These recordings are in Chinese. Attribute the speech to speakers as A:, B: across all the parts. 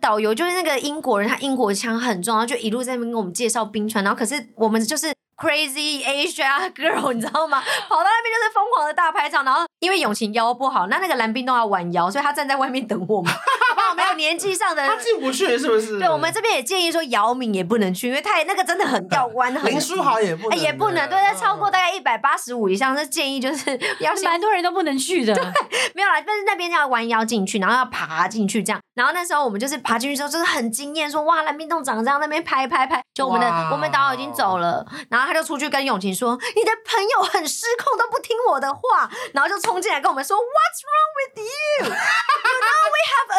A: 导游就是那个英国人，他英国腔很重，然后就一路在那边跟我们介绍冰川，然后可是我们就是 crazy Asia girl，你知道 吗？跑到那边就是疯狂的大拍照，然后因为永晴腰不好，那那个蓝冰都要弯腰，所以他站在外面等 我们，好不好？没有年纪上的。
B: 他啊进不去是不是？
A: 对，我们这边也建议说，姚明也不能去，因为太那个真的很要弯，很
B: 林书豪也不
A: 哎
B: 能
A: 也不能，对，
B: 啊
A: 在超过大概一百八十五以上，这建议就是要先
C: 蛮多人都不能去的，
A: 没有啦，但是那边要弯腰进去，然后要爬进去这样。然后那时候我们就是爬进去之后，就是很惊艳，说哇，蓝冰洞长这样，那边拍拍拍。就我们的
B: 哇
A: 我们导游已经走了，然后他就出去跟永晴说，你的朋友很失控，都不听我的话，然后就冲进来跟我们说，What's wrong with you? You know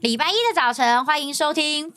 C: 礼拜一的早晨，欢迎收听负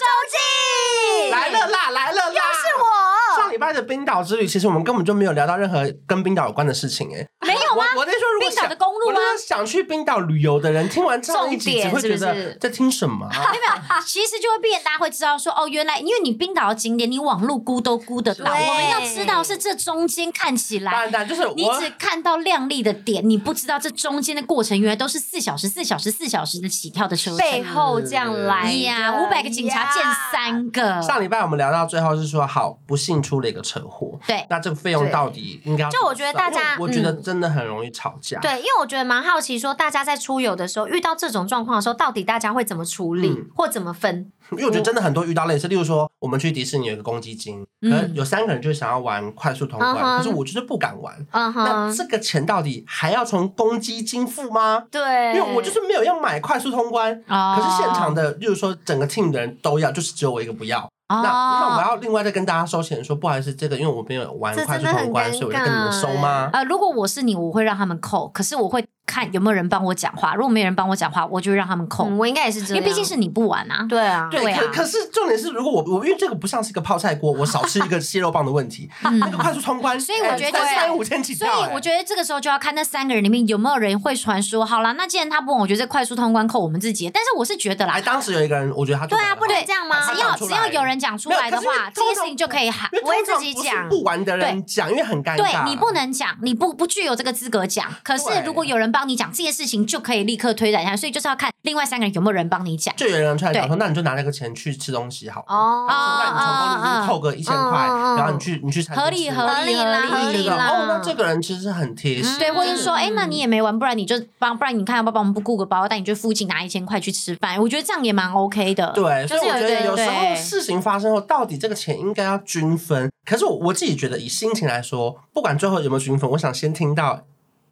A: 周记
B: 来了，啦，来了啦！又是
A: 我
B: 上礼拜的冰岛之旅，其实我们根本就没有聊到任何跟冰岛有关的事情、哎，
C: 没有
B: 我
C: 吗？
A: 啊
B: 我那时候如果
C: 冰岛
B: 想
C: 的公路
B: 我
C: 吗？
B: 那时候想去冰岛旅游的人，听完上一集只
A: 重点
B: 会觉
A: 是不是
B: 得在听 什么啊、
C: 其实就会变，大家会知道说，哦，原来因为你冰岛的景点，你网路估都估得到。
A: 对
C: 我们要知道是这中间看起来
B: 当然，就是
C: 你
B: 我
C: 只看到亮丽的点，你不知道这中间的过程原来都是四小时、四小时、四小时的起跳的车程。
A: 背后这样来
C: 哎呀，五百个警察见三个，
B: 上礼拜我们聊到最后是说，好不幸出了一个车祸，
C: 对
B: 那这个费用到底应该要
A: 就我觉得
B: 怎么算
A: 大家
B: 因为我觉得
A: 嗯
B: 真的很容易吵架。
A: 对，因为我觉得蛮好奇，说大家在出游的时候遇到这种状况的时候，到底大家会怎么处理、
B: 嗯
A: 或怎么分？
B: 因为我觉得真的很多遇到类似，例如说我们去迪士尼有一个公积金，可
C: 嗯
B: 能有三个人就想要玩快速通关，
A: 嗯哼
B: 可是我就是不敢玩。
A: 嗯
B: 那
A: 哼，
B: 这个钱到底还要从公积金付吗？
A: 对，
B: 因为我就是没有要买快速通关，
C: 哦
B: 可是现场的，例如说整个 team 的人都要，就是只有我一个不要。
C: 哦
B: 那那我要另外再跟大家收钱，说不好意思，这个因为我没有玩
A: 这
B: 快
A: 真
B: 速
A: 的很
B: 通
A: 尴
B: 关，
A: 尬。
B: 所以我就跟你们收吗？
C: 呃，如果我是你，我会让他们扣，可是我会看有没有人帮我讲话。如果没有人帮我讲话，我就让他们扣，
A: 嗯，我应该也是这
C: 因
A: 样，
C: 为毕竟是你不玩啊。
A: 对啊，
C: 对啊
B: 可可是重点是，如果我我因为这个不像是一个泡菜锅，我少吃一个蟹肉棒的问题，
C: 嗯
B: 那个快速通关，
C: 所以我觉得
B: 哎三五千起
C: 所
B: 跳，
C: 以我觉得这个时候就要看那三个人里面有没有人会传说。好啦，那既然他不问，我觉得这快速通关扣我们自己。但是我是觉得
B: 哎，
C: 啦，
B: 当时有一个人，我觉得他做
A: 对啊，
B: 得很好
A: 不能这样吗
B: 他？
C: 只
B: 讲
C: 要
B: 出
C: 只
B: 来
C: 要有人讲出来的
B: 没有可是
C: 话，
B: 通
C: 这
B: 常
C: 件事情就可以喊
B: 因为
A: 我会
B: 通常
A: 自己
B: 不是
A: 讲
B: 不玩的人讲，因为很尴尬。
C: 对你不能讲，你不不具有这个资格讲。可是
B: 对
C: 如果有人帮你讲这件事情，就可以立刻推展下去。所以就是要看另外三个人有没有人帮你讲。
B: 就有人出来讲
C: 对
B: 说，那你就拿那个钱去吃东西好了。
A: 哦
B: 说那你从公里就是扣个一千块，
A: 嗯嗯嗯
B: 然后你去你去餐厅
C: 合理
B: 吃
C: 合
A: 合理啦，
C: 合
A: 合
C: 理
B: 就
A: 理
B: 觉得
A: 啦。
B: 哦，那这个人其实很贴心。
C: 对，或者是说，
A: 嗯
C: 哎、那你也没玩，不然你就帮，不然你看要不要帮我们雇个包，带你去附近拿一千块去吃饭？我觉得这样也蛮 OK 的。
B: 对，
A: 就是
B: 所以我觉得
A: 有一个
B: 有时候
C: 对
B: 事情发生后，到底这个钱应该要均分。可是我我自己觉得，以心情来说，不管最后有没有均分，我想先听到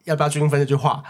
B: 要不要均分这句话。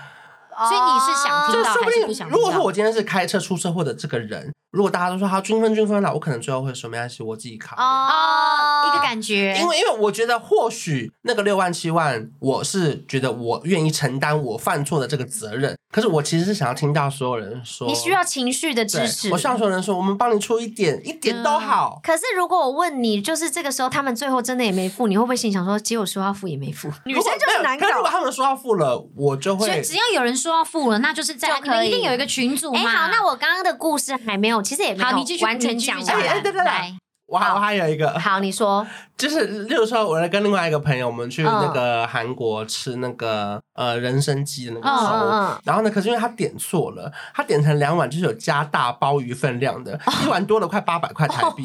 C: 所以你是想
B: 就
C: 听到
B: 说
C: 还是不
B: 定
C: 想，
B: 如果
C: 听
B: 说
C: 到
B: 我今天是开车出车祸的这个人，如果大家都说他均分均分了，我可能最后会说没关系，我自己扛。
A: 哦
C: 哦，一个感觉，
B: 因为因为我觉得或许那个六万七万，我是觉得我愿意承担我犯错的这个责任，可是我其实是想要听到所有人说，
A: 你需要情绪的
B: 对
A: 支持嗯
B: 我。希望所有人说，我们帮你出一点，一点都好。
A: 可是如果我问你，就是这个时候他们最后真的也没付，你会不会心想说，结果说要付也没付？女
B: 如
A: 生
B: 果
A: 就
B: 没
A: 是
B: 有
A: 难
B: 可如果
A: 搞。
B: 他们说要付了，我就
C: 所
B: 会
C: 以只要有人说要付了，那就是在
A: 就
C: 你们
A: 可以
C: 一定有一个群组嘛。
A: 哎， 好，那我刚刚的故事还没有，其实也没有
C: 好，你继续
A: 完全
C: 你继续
A: 讲
B: 哎哎
A: 完。
B: 对对对
C: 来
B: 我还我还有一个，
A: 好，你说
B: 就是例如说，我跟另外一个朋友，我们去那
A: 嗯
B: 个韩国吃那个呃人参鸡的那个粥，
C: 嗯
A: 嗯嗯
B: 然后呢，可是因为他点错了，他点成两碗就是有加大鲍鱼分量的，
C: 哦
B: 一碗多了快八百块台 币，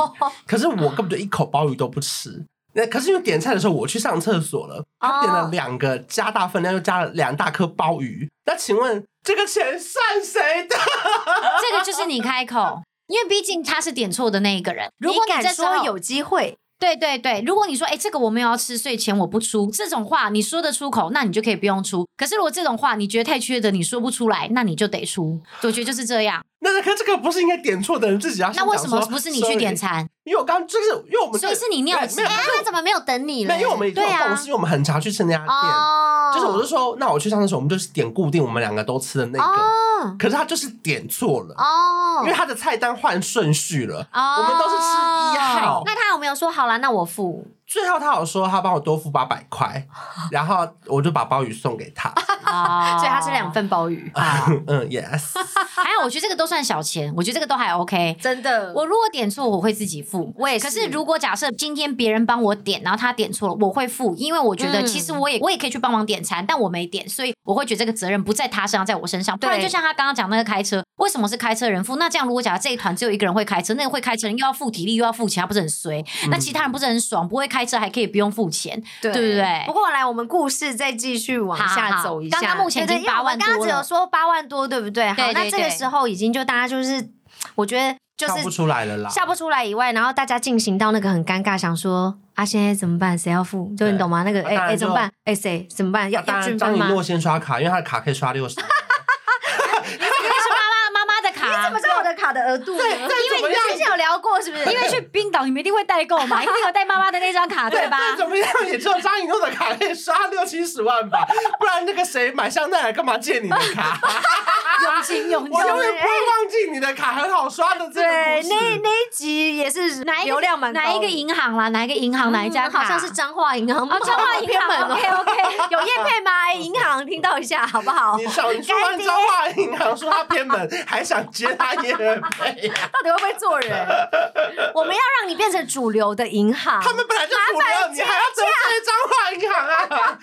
B: 可是我根本就一口鲍鱼都不吃。那可是因为点菜的时候我去上厕所了，
C: 哦
B: 他点了两个加大分量，又加了两大颗鲍鱼。那请问这个钱算谁的？
C: 这个就是你开口，因为毕竟他是点错的那一个人。如果
A: 你
C: 这
A: 敢
C: 时候
A: 说有机会，
C: 对对对，如果你说哎、这个我没有要吃，所以钱我不出，这种话你说得出口，那你就可以不用出。可是如果这种话你觉得太缺德，你说不出来，那你就得出。我觉得就是这样。
B: 那可这个不是应该点错的人自己要先
C: 那为
B: 讲
C: 什么
B: 说
C: 不是你去点？餐？
B: sorry，因为我刚就是因为我们
C: 所以是你尿
B: 对
C: 急
B: 没有
C: 哎
B: 没有
A: 那怎么没有等你
B: 没
A: 嘞？
B: 有，因为我们已经有
C: 对啊
B: 共识，因为我们很常去吃那家店。
A: 哦，
B: 就是我就说，那我去上厕所，我们就是点固定我们两个都吃的那个。
A: 哦
B: 可是他就是点错了，
A: 哦
B: 因为他的菜单换顺序了。
C: 哦
B: 我们都是吃一号，好，
A: 哦那他有没有说好啦，那我付？
B: 最后他有说他帮我多付八百块，然后我就把鲍鱼送给 他。
C: 啊
A: 所以他是两。份鲍鱼，
C: 啊，
B: 嗯，yes，
C: 还好，我觉得这个都算小钱，我觉得这个都还 OK。
A: 真的
C: 我如果点错，我会自己付。
A: 我也
C: 可
A: 是
C: 是如果假设今天别人帮我点，然后他点错了，我会付，因为我觉得
A: 嗯
C: 其实我也、我也可以去帮忙点餐，但我没点，所以我会觉得这个责任不在他身上，在我身上。不然
A: 对
C: 就像他刚刚讲那个开车，为什么是开车人付？那这样如果假设这一团只有一个人会开车，那个会开车人又要付体力又要付钱，他不是很衰？那其他人不是很爽？不会开车还可以不用付钱，
A: 对
C: 对不对
A: 不过来，我们故事再继续往下走一下。
C: 好好刚刚目前已经
A: 对对因为我们
C: 8万多
A: 刚刚只有
C: 了
A: 说八万多，对不对？好，
C: 对对
A: 那这个
C: 对
A: 时候已经就大家就是，我觉得就
B: 笑
A: 是
B: 不出来了啦。
A: 笑不出来以外，然后大家进行到那个很尴尬，想说啊，现在怎么办？谁要付？就
B: 对
A: 你懂吗？那个
B: 啊
A: 哎
B: 当然
A: 哎
B: 就
A: 怎么办？哎谁怎么办？要
B: 当
A: 要均分
B: 然，张雨
A: 吗？
B: 诺先刷卡，因为他的卡可以刷六十。
C: 妈妈妈妈的卡，
A: 哎
C: 啊
A: 怎么知道我的卡的额度呢？因为你们之前有聊过，是不是？
C: 因为去冰岛你们一定会代购嘛，一定有带妈妈的那张 卡对吧？
B: 再怎么样也只有张雨诺的卡可以刷六七十万 吧，不然那个谁买香奈儿干嘛借你的 卡？
C: 用心用
B: 我永远不会忘记你的卡很好刷的这个
A: 对
B: 故事。
A: 那那一集也是
C: 哪一个
A: 流量蛮高的
C: 哪一个银行啦？哪一个银行？哪一家
A: 嗯
C: 卡？
A: 好像是彰化银行，
C: 哦彰化银行
A: 偏门哦
C: OK，OK
A: 有叶配吗？哎银行听到一下好不好？
B: 你想，你说完
A: 该
B: 彰化银行说他偏门，还想接他业 配，
A: 到底会不会做人？ 我们要让你变成主流的银行。
B: 他们本来就主流，你还要得罪彰化银行啊？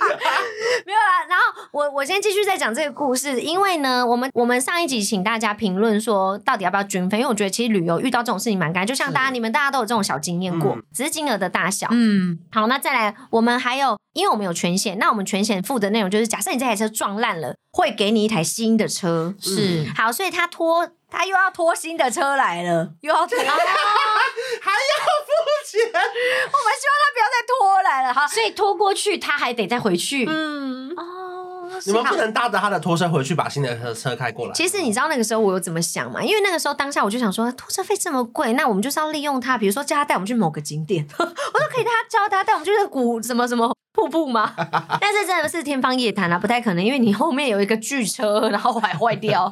A: 没有啦。然后我我先继续再讲这个故事，因为呢，我们我们上一集请大家评论说到底要不要均分，因为我觉得其实旅游遇到这种事情蛮尴尬，就像大家你们大家都有这种小经验过，
B: 嗯
A: 只是金额的大小。
C: 嗯，
A: 好，那再来，我们还有，因为我们有全险，那我们全险付的内容就是，假设你这台车撞烂了，会给你一台新的车。
C: 是
A: 好，所以他拖，他又要拖新的车来了，又要 拖，我们希望
B: 还要付钱？
A: 他不要再拖来了。好，
C: 所以拖过去他还得再回去。
A: 嗯，哦，
B: 你们不能搭着他的拖车回去，把新的车车开过来。
A: 其实你知道那个时候我有怎么想吗？因为那个时候当下我就想说，拖车费这么贵，那我们就是要利用它，比如说叫他带我们去某个景 点，我都可以他教他带我们去那个古什么什么瀑布吗？但是真的是天方夜谭啊，不太可能，因为你后面有一个巨车，然后还坏 掉。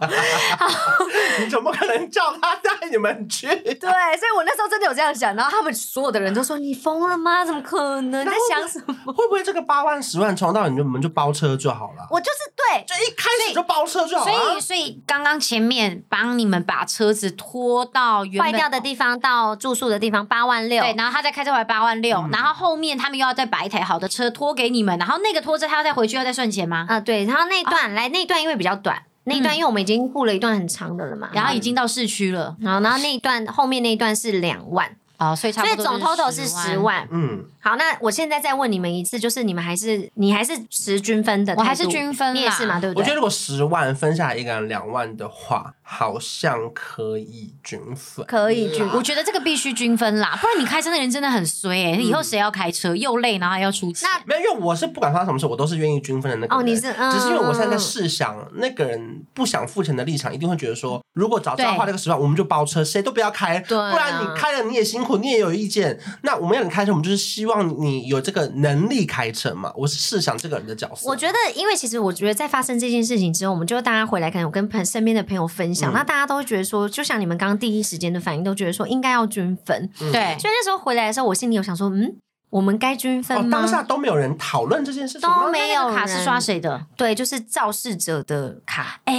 B: 你怎么可能叫他带你们 去？
A: 对，所以我那时候真的有这样想，然后他们所有的人都说你疯了吗？怎么可能？你在想什么？
B: 会不会这个八万、十万冲到你们，你们就包车就好了？
A: 我就是对，
B: 就一开始就包车
A: 哦
B: 就好啊
C: 所
B: 了
C: 以，。所以刚刚前面帮你们把车子拖到原
A: 坏
C: 本
A: 掉的地方到住宿的地方八万六，
C: 对，然后他再开车回来八万六、
A: 嗯
C: 然后后面他们又要再把一台好的车拖给你们，然后那个拖车他要再回去要再算钱吗？
A: 啊对，然后那一段、来那一段因为比较短，那一段因为我们已经顾了一段很长的了嘛，
C: 嗯然后已经到市区了，
A: 好，然后那一段后面那一段是两万，
C: 哦，所以差
A: 所
C: 不
A: 以
C: 多
A: 总 total 是十。万。
B: 嗯，
A: 好，那我现在再问你们一次，就是你们还是你还是持均分的态度，
C: 我还是均分啦
A: 你也是嘛，对不
B: 我觉
A: 对？
B: 得如果十万分下来一个人两万的话，好像可以均分。
A: 可以均，
C: 我觉得这个必须均分啦，不然你开车的人真的很衰哎、以后谁要开车又累，然后还要出钱。
B: 没有，因为我是不管发生什么事，我都是愿意均分的那个
A: 哦
B: 人。
A: 你是嗯
B: 只是因为我现在在试想，那个人不想付钱的立场，一定会觉得说，如果找
C: 对
B: 彰化这个十万，我们就包车，谁都不要开，
A: 对啊
B: 不然你开了你也辛苦，你也有意见。那我们要你开车，我们就是希望你有这个能力开车嘛。我是试想这个人的角色。
A: 嗯我觉得，因为其实我觉得在发生这件事情之后，我们就大家回来，可能有跟朋身边的朋友分享，
B: 嗯
A: 那大家都会觉得说，就像你们刚刚第一时间的反应，都觉得说应该要均分。
B: 嗯
C: 对，
A: 所以那时候回来的时候，我心里有想说，嗯，我们该均分
B: 哦，
A: 吗？
B: 当下都没有人讨论这件事情吗
A: 都没有
C: 那个卡是刷
A: 人
C: 谁的？
A: 对，就是肇事者的卡，
C: 哎、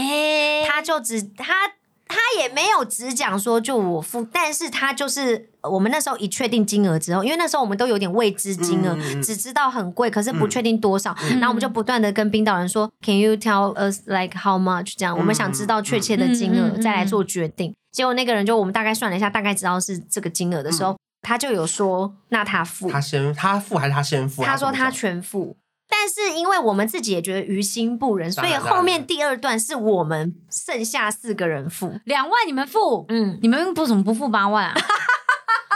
A: 他就只他他也没有只讲说就我付，但是他就是呃我们那时候一确定金额之后，因为那时候我们都有点未知金额，
B: 嗯嗯嗯
A: 只知道很贵，可是不确定多少，
B: 嗯
A: 然后我们就不断的跟冰岛人说，Can you tell us like how much？这样，我们想知道确切的金额、
C: 嗯嗯嗯
A: 再来做决定。结果那个人就我们大概算了一下，大概知道是这个金额的时候，他就有说那他付，
B: 他先他付还是他先付？
A: 他说
B: 怎么
A: 他
B: 讲
A: 全付，但是因为我们自己也觉得于心不忍，所以
B: 当然当然
A: 后面第二段是我们剩下四个人付。
C: 两万你们付，
A: 嗯，
C: 你们不怎么不付八 万啊？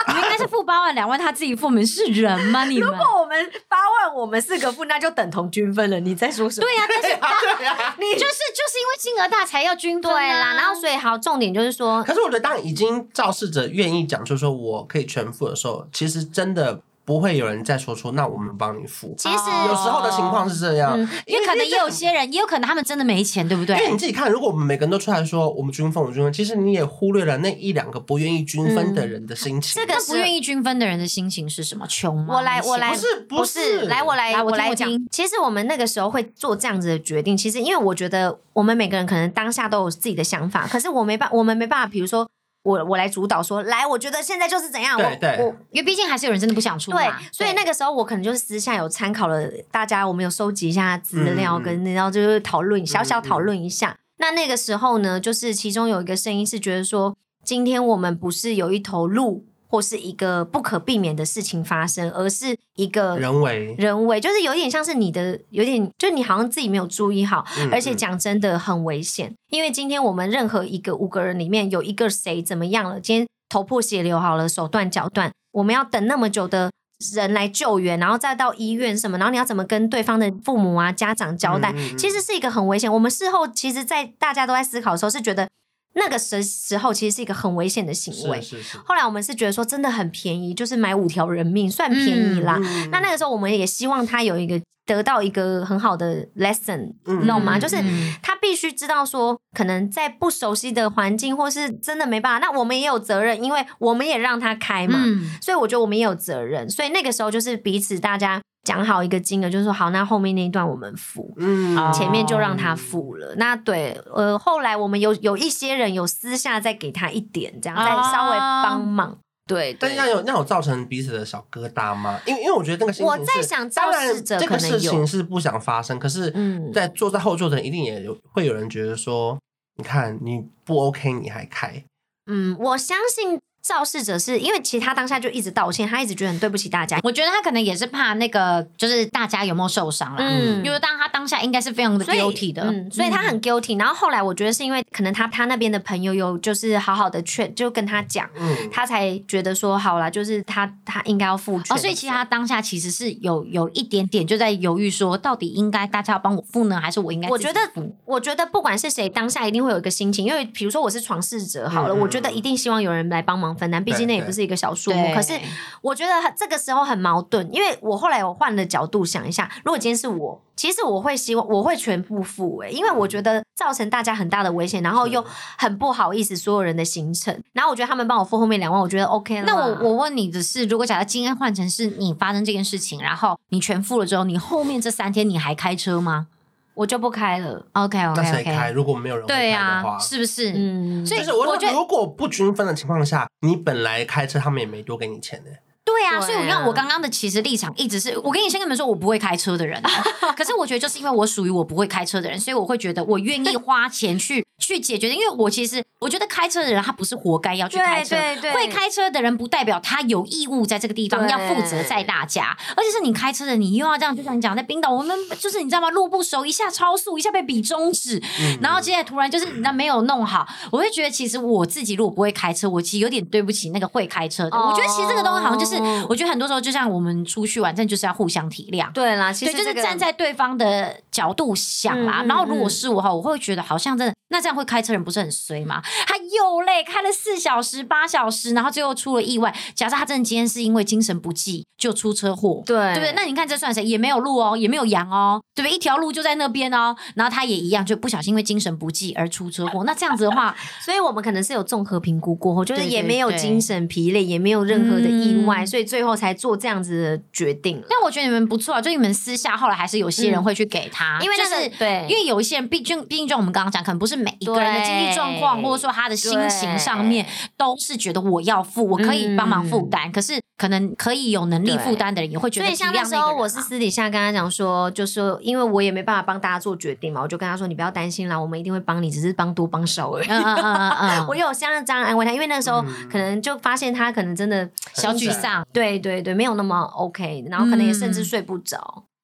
C: 你们应该是付八万，两万他自己付，你们是人吗？你们？
A: 我们八万，我们四个付，那就等同均分了。你在说什么？
C: 对呀、但是
B: 对啊。
C: 你就是就是因为金额大才要均
A: 对
C: 分、啊、
A: 啦，然后所以好，重点就是说，
B: 可是我觉得，当已经肇事者愿意讲出说我可以全付的时候，其实真的不会有人再说出那我们帮你付。
A: 其实
B: 有时候的情况是这样，
A: 嗯
C: 因为可能也有些人，也有可能他们真的没钱，对不对
B: 因？
A: 哎
B: 为你自己看，如果我们每个人都出来说我们均分，我们均分，其实你也忽略了那一两个不愿意均分的人的心情。
A: 嗯这个
C: 那不愿意均分的人的心情是什么？穷吗？
A: 我来，
C: 没钱
A: 我来，
B: 不是不是
A: 来，我来，
C: 来
A: 我
C: 我听
A: 来
C: 我听
A: 讲。其实我们那个时候会做这样子的决定，其实因为我觉得我们每个人可能当下都有自己的想法，可是我没办，我们没办法，比如说我我来主导说，来，我觉得现在就是怎样，
B: 对
A: 我
B: 对
A: 我
C: 因为毕竟还是有人真的不想出嘛。
A: 对，所以那个时候我可能就是私下有参考了大家，我们有收集一下资料，
B: 嗯嗯嗯
A: 跟然后就是讨论小小讨论一下。那那个时候呢，就是其中有一个声音是觉得说，今天我们不是有一头鹿或是一个不可避免的事情发生，而是一个
B: 人为，
A: 人为，就是有点像是你的，有点就你好像自己没有注意好，
B: 嗯
A: 而且讲真的很危险，因为今天我们任何一个五个人里面有一个谁怎么样了，今天头破血流好了，手断脚断，我们要等那么久的人来救援，然后再到医院什么，然后你要怎么跟对方的父母啊、家长交代，
B: 嗯嗯嗯
A: 其实是一个很危险。我们事后其实，在大家都在思考的时候，是觉得那个时时候其实是一个很危险的行为啊
B: 是。是是，
A: 后来我们是觉得说真的很便宜，就是买五条人命算便宜啦。
B: 嗯
A: 那那个时候我们也希望他有一个得到一个很好的 lesson，
B: 嗯
A: 你懂吗？
C: 嗯
A: 就是
C: 嗯
A: 他必须知道说，可能在不熟悉的环境，或是真的没办法，那我们也有责任，因为我们也让他开嘛。
C: 嗯，
A: 所以我觉得我们也有责任，所以那个时候就是彼此大家讲好一个金额，就是说好，那后面那一段我们付，
B: 嗯
A: 前面就让
C: 哦
A: 他付了。那对，呃，后来我们有有一些人有私下再给他一点，这样再
C: 哦
A: 稍微帮忙。对，
B: 但
A: 对。
B: 要有那有造成彼此的小疙瘩吗？因为因为我觉得那个心情
A: 我
B: 是
A: 在想
B: 当然
A: 肇事者
B: 这个
A: 可能
B: 事情
A: 有
B: 是不想发生，可是
A: 嗯
B: 在坐在后座的人一定也有会有人觉得说，你看你不 OK 你还开，
A: 嗯，我相信肇事者是因为其实他当下就一直道歉，他一直觉得很对不起大家。
C: 我觉得他可能也是怕那个，就是大家有没有受伤啦。
A: 嗯，
C: 因为当他当下应该是非常的
A: 所以
C: guilty 的，
A: 嗯，所以他很 guilty。然后后来我觉得是因为可能他他那边的朋友有就是好好的劝，就跟他讲，
B: 嗯，
A: 他才觉得说好啦，就是他他应该要负全责。
C: 哦，所以其实他当下其实是有有一点点就在犹豫说，到底应该大家要帮我付呢，还是我应该
A: 我
C: 自
A: 觉
C: 己
A: 得
C: 付，
A: 我觉得不管是谁，当下一定会有一个心情，因为比如说我是闯事者好了，
B: 嗯
A: 我觉得一定希望有人来帮忙分担，毕竟那也不是一个小数目。
C: 对
A: 可是我觉得这个时候很矛盾，因为我后来我换了角度想一下，如果今天是我，其实我会希望我会全部付诶、因为我觉得造成大家很大的危险，然后又很不好意思所有人的行程，然后我觉得他们帮我付后面两万，我觉得 OK 了啦。
C: 那我我问你的是，如果假设今天换成是你发生这件事情，然后你全付了之后，你后面这三天你还开车吗
A: 我就不开了，
C: ？OK
B: 那
C: OK
B: 谁开？
C: OK，
B: 如果没有人会
C: 对
B: 开的
C: 呀，
B: 话，
C: 是不是？
A: 嗯，
C: 所以
B: 就是我
C: 我
B: 说，
C: 觉得
B: 如果不均分的情况下，你本来开车，他们也没多给你钱呢、
C: 对
A: 对
C: 啊，
A: 啊
C: 所以我让我刚刚的其实立场一直是，我跟你先跟你们说，我不会开车的人哦、 可是我觉得就是因为我属于我不会开车的人，所以我会觉得我愿意花钱去去解决的，因为我其实我觉得开车的人他不是活该要去开车，
A: 对对对
C: 会开车的人不代表他有义务在这个地方
A: 对
C: 要负责在大家，而且是你开车的，你又要这样，就像你讲在冰岛，我们就是你知道吗？路不熟，一下超速，一下被比中指，
B: 嗯
C: 然后接下来突然就是那没有弄好，我会觉得其实我自己如果不会开车，我其实有点对不起那个会开车的。
A: 哦
C: 我觉得其实这个东西好像就是，我觉得很多时候就像我们出去玩，真的就是要互相体谅。
A: 对啦，其
C: 对，
A: 实、
C: 就
A: 这
C: 是
A: 个
C: 站在对方的角度想啦。
A: 嗯嗯
C: 然后如果是我哈，我会觉得好像真的，那这样会开车人不是很衰吗？他又累，开了四小时、八小时，然后最后出了意外。假设他真的今天是因为精神不济就出车祸，
A: 对
C: 对不对？那你看这算谁？也没有路哦，也没有羊哦，对不对？一条路就在那边哦，然后他也一样，就不小心因为精神不济而出车 祸。那这样子的话，
A: 所以我们可能是有综合评估过后，就是
C: 对
A: 也
C: 对
A: 没有
C: 对
A: 精神疲累，也没有任何的意外，
C: 嗯
A: 所以最后才做这样子的决定了。
C: 但我觉得你们不错啊，就你们私下后来还是有些人会去给他，
A: 嗯因为
C: 就
A: 那个
C: 是
A: 对
C: 因为有一些人毕竟毕竟就我们刚刚讲，可能不是每一个人的
A: 对
C: 经济状况，或者说他的心情上面都是觉得我要付，我可以帮忙负担，可是可能可以有能力负担的人也会
A: 嗯
C: 觉
A: 所
C: 得
A: 以
C: 体谅
A: 像
C: 那个
A: 那
C: 人
A: 时
C: 啊
A: 候，我是私底下跟他讲说，就是说因为我也没办法帮大家做决定嘛，我就跟他说，你不要担心啦，我们一定会帮你，只是帮多帮少而已。嗯
C: 嗯嗯嗯嗯 嗯，
A: 我有像这样安慰他，因为那时候可能就发现他可能真的
C: 小沮丧
A: 对对对，没有那么 OK，然后可能也甚至
C: 嗯
A: 睡不着，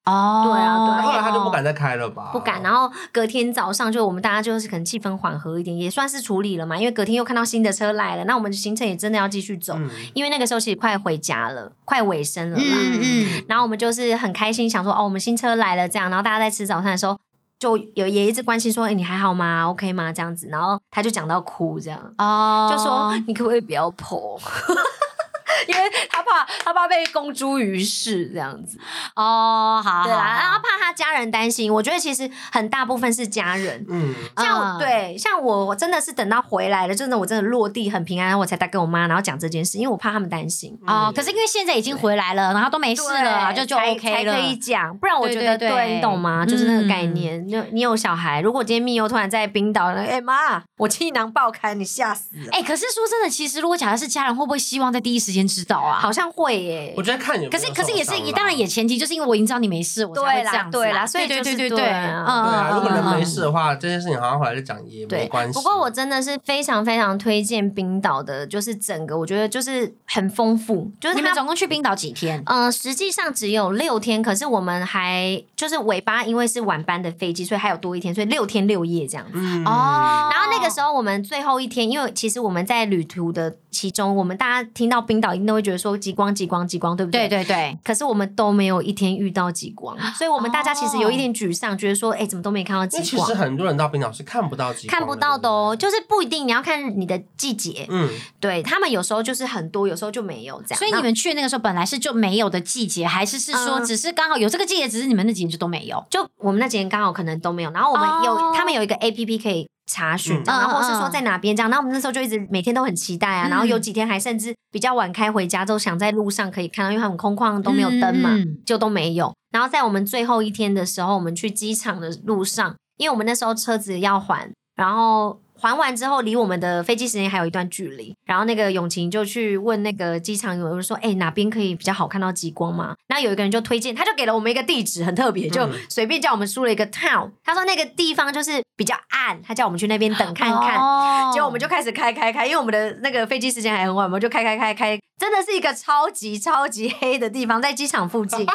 C: 哦，
A: 对啊对啊
B: 然后后来他就不敢再开了吧？
A: 不敢。然后隔天早上就我们大家就是可能气氛缓和一点，也算是处理了嘛，因为隔天又看到新的车来了，那我们的行程也真的要继续走，
B: 嗯，
A: 因为那个时候其实快回家了，快尾声了啦。
C: 嗯嗯，
A: 然后我们就是很开心，想说哦，我们新车来了这样。然后大家在吃早餐的时候，就有也一直关心说，哎、你还好吗？OK 吗？这样子。然后他就讲到哭这样，
C: 哦，
A: 就说、你可不可以不要剖？ 因为他怕他怕被公诸于世这样子。
C: 哦，好，
A: 对啦，
C: 好
A: 然后
C: 好
A: 怕他家人担心，我觉得其实很大部分是家人。
B: 嗯，
A: 像、
C: 嗯
A: 对，像我，我真的是等到回来了，真的我真的落地很平安，我才打给我妈，然后讲这件事，因为我怕他们担心。
B: 嗯
C: 哦，可是因为现在已经回来了，然后都没事了，
A: 嗯对
C: 就就
A: 才
C: OK
A: 才
C: 了
A: 可。以讲，不然我
C: 对
A: 觉得
C: 对对
A: 你懂吗？就是那个概
C: 嗯
A: 念，就你有小孩，如果今天密友突然在冰岛，哎、妈，我气囊爆开，你吓死了，
C: 哎、可是说真的，其实如果假设是家人，会不会希望在第一时间知道啊？
A: 好，像会耶、
B: 我觉得看有没有
C: 可是可是也是
B: 受伤啦
C: 一，当然也前提就是因为我已经知道你没事，我才会
A: 对
C: 这
A: 啦
C: 样子啊
A: 对啦所以
C: 对
A: 就
C: 对
A: 是
C: 对
A: 对
C: 嗯
A: 啊
C: 嗯
B: 对啊，
C: 嗯
B: 如果人
C: 嗯
B: 没
C: 嗯
B: 事的话，这件事情好像回来再讲也没
A: 对
B: 关，系。
A: 不过我真的是非常非常推荐冰岛的，就是整个我觉得就是很丰富，就是
C: 你们
A: 它
C: 总共去冰岛几天？
A: 呃实际上只有六天，可是我们还就是尾巴，因为是晚班的飞机，所以还有多一天，所以六天六夜这样子。
B: 嗯
C: 哦
A: 然后那个时候我们最后一天，因为其实我们在旅途的其中，我们大家听到冰岛一定都会觉得说极光、极光、极光，对不
C: 对
A: 对？对。
C: 对对，
A: 可是我们都没有一天遇到极光，所以我们大家其实有一点沮丧，觉得说，哎、怎么都没看到
B: 因为
A: 极
B: 其实
A: 光？
B: 很多人到冰岛是看不到极光
A: 看
B: 的，
A: 不到的哦，就是不一定，你要看你的季节。
B: 嗯，
A: 对他们有时候就是很多，有时候就没有这样。
C: 所以你们去那个时候本来是就没有的季节，还是是说
A: 嗯
C: 只是刚好有这个季节，只是你们那几天就都没有？
A: 就我们那几天刚好可能都没有，然后我们有、
C: 哦
A: 他们有一个 A P P 可以查询
B: 嗯，
A: 然后
C: 嗯嗯
A: 或是说在哪边这样，然后我们那时候就一直每天都很期待啊，
C: 嗯
A: 然后有几天还甚至比较晚开回家，都想在路上可以看到，因为很空旷都没有灯嘛，
C: 嗯嗯
A: 就都没有。然后在我们最后一天的时候，我们去机场的路上，因为我们那时候车子要还，然后。还完之后，离我们的飞机时间还有一段距离。然后那个永晴就去问那个机场有人说：“哎、哪边可以比较好看到极光吗？”那有一个人就推荐，他就给了我们一个地址，很特别，就
B: 嗯
A: 随便叫我们输了一个 town。他说那个地方就是比较暗，他叫我们去那边等看看。
C: 哦
A: 结果我们就开始开开开，因为我们的那个飞机时间还很晚，我们就开开开开，真的是一个超级超级黑的地方，在机场附近，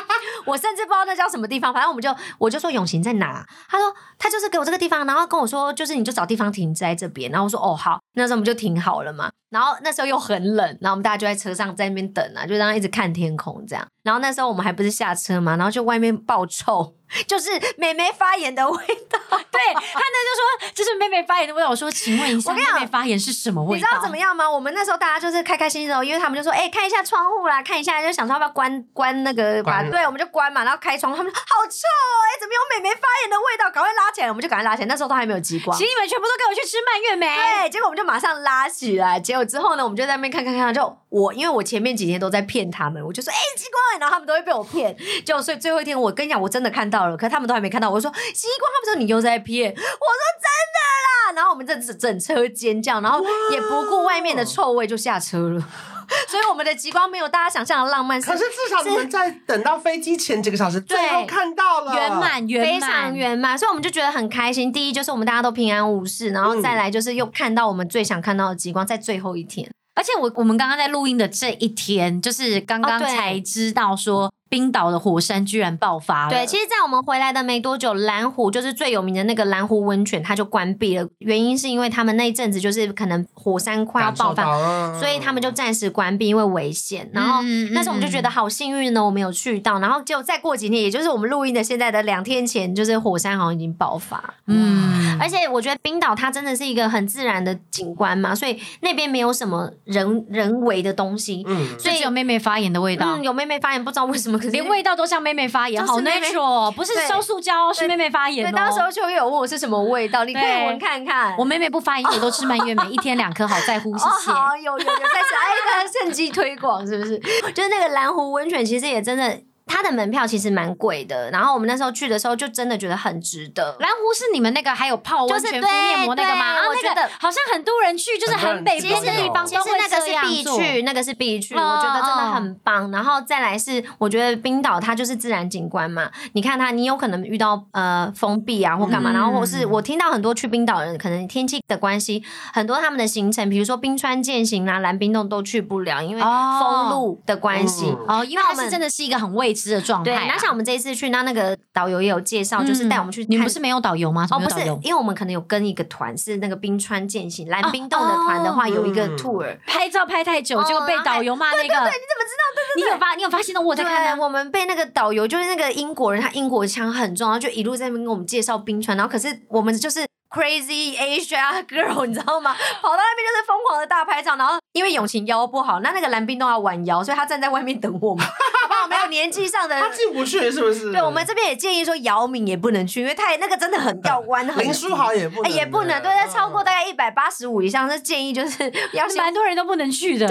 A: 我甚至不知道那叫什么地方，反正我们就我就说永行在哪，他说他就是给我这个地方，然后跟我说就是你就找地方停在这边，然后我说哦好，那时候我们就停好了嘛，然后那时候又很冷，然后我们大家就在车上在那边等啊，就这样一直看天空这样，然后那时候我们还不是下车嘛，然后就外面爆臭。 就是美眉发炎的味道，对，
C: 他呢就说，就是妹妹发言的味道。我说，请问一下，
A: 我
C: 妹
A: 跟你讲
C: 妹发言是什么
A: 你
C: 味
A: 知
C: 道？
A: 道怎么样吗？我们那时候大家就是开开心心的哦，因为他们就说：“哎、看一下窗户啦，看一下。”就想说要不要关关那个把
B: 关了
A: 对，我们就关嘛，然后开窗，他们说：“好臭哦，哎、怎么有美眉发炎的味道？赶快拉起来！”我们就赶快拉起来，那时候都还没有极光
C: 请。你们全部都跟我去吃蔓越莓。
A: 对，结果我们就马上拉起来。结果之后呢，我们就在那边看看看，就我因为我前面几天都在骗他们，我就说哎、极光，然后他们都会被我骗。就所以最后一天，我跟你讲，我真的看到了，可他们都还没看到。我就说极光，他们说你又在骗，我说真的啦。然后我们这整整车尖叫，然后也不顾外面的臭味就下车了。 所以我们的极光没有大家想象的浪漫，
B: 可是至少你们在等到飞机前几个小时，最后看到了
C: 圆，满圆满，
A: 非常圆满，所以我们就觉得很开心。第一就是我们大家都平安无事，然后
B: 嗯
A: 再来就是又看到我们最想看到的极光，在最后一天。
C: 而且我我们刚刚在录音的这一天，就是刚刚
A: 哦对
C: 才知道说冰岛的火山居然爆发了。
A: 对，其实，在我们回来的没多久，蓝湖就是最有名的那个蓝湖温泉，它就关闭了。原因是因为他们那一阵子就是可能火山快要
B: 感
A: 爆
B: 受
A: 发，
B: 到，嗯
A: 所以他们就暂时关闭，因为危险。然后
C: 嗯
A: 那时候我们就觉得好幸运哦呢，我们有去到。然后结果再过几天，也就是我们录音的现在的两天前，就是火山好像已经爆发。
C: 嗯，
A: 而且我觉得冰岛它真的是一个很自然的景观嘛，所以那边没有什么人人为的东西。
B: 嗯，
C: 所以只有妹妹发炎的味道。
A: 嗯，有妹妹发现不知道为什么，可是
C: 连味道都像妹妹发炎，
A: 就是
C: 好
A: 妹妹
C: natural，哦不是
A: 对
C: 烧塑胶哦，是
A: 对
C: 妹妹发炎哦。
A: 对，到时候就有问我是什么味道，你可以
C: 对
A: 闻看看。
C: 我妹妹不发炎，因为我都吃蔓越莓，一天两颗，好在乎，谢
A: 哦，
C: 谢。
A: 好，有有有在此，哎，大家趁机推广是不是？就是那个蓝湖温泉，其实也真的，它的门票其实蛮贵的。然后我们那时候去的时候，就真的觉得很值得。
C: 蓝湖是你们那个还有泡温泉、
A: 就
C: 敷
A: 是对
C: 面膜那个吗？
A: 对
C: 啊
A: 我，
C: 那
A: 觉
C: 个
A: 得
C: 好像很多人去，就是很北
B: 很
C: 部
B: 多人
C: 的
B: 去
C: 地方
A: 其
C: 都
A: 实
C: 会
A: 那个
C: 这
A: 是
C: 样
A: 必
C: 做。
A: 去，那个是必去，
C: 嗯
A: 我觉得真
C: 嗯
A: 的很棒。然后再来是，我觉得冰岛它就是自然景观嘛，你看它，你有可能遇到呃封闭啊或干嘛，
C: 嗯
A: 然后或是我听到很多去冰岛的人，可能天气的关系，很多他们的行程，比如说冰川健行啊、蓝冰洞都去不了，因为
C: 哦
A: 封路的关系。
B: 嗯
C: 哦，因为
A: 那
C: 它
A: 我们
C: 是真的是一个很未知的状态
A: 对，
C: 啊。
A: 那像我们这一次去，那那个导游也有介绍，就是带我们去看。
C: 嗯你们不哦是没有导游吗？怎
A: 哦，
C: 么没
A: 不
C: 有
A: 是
C: 导游，
A: 因为我们可能有跟一个团是那个冰川健行蓝
C: 哦
A: 冰洞的团的话，
C: 哦
A: 有一个
B: 嗯
A: tour，、
C: 拍照拍太久，
A: 哦
C: 结果被导游哎骂那个。对对对，你
A: 怎么
C: 知道？对对对，你有发你有发现到我在
A: 对，
C: 看啊？
A: 我们被那个导游，就是那个英国人，他英国腔很重，然后就一路在那边跟我们介绍冰川，然后可是我们就是。 Crazy Asia Girl，你知 道吗？跑到那边就是疯狂的大拍照，然后因为永晴腰不好，那那个蓝冰都要弯腰，所以他站在外面等我们，好不好？没有年纪上的。
B: 他进不去是不是？
A: 对，我们这边也建议说，姚明也不能去，因为他也那个真的很要弯，很
B: 林书豪也不
A: 哎
B: 能，啊
A: 也不能，对，在超过大概一百八十五以上，这建议就是要先
C: 蛮多人都不能去的。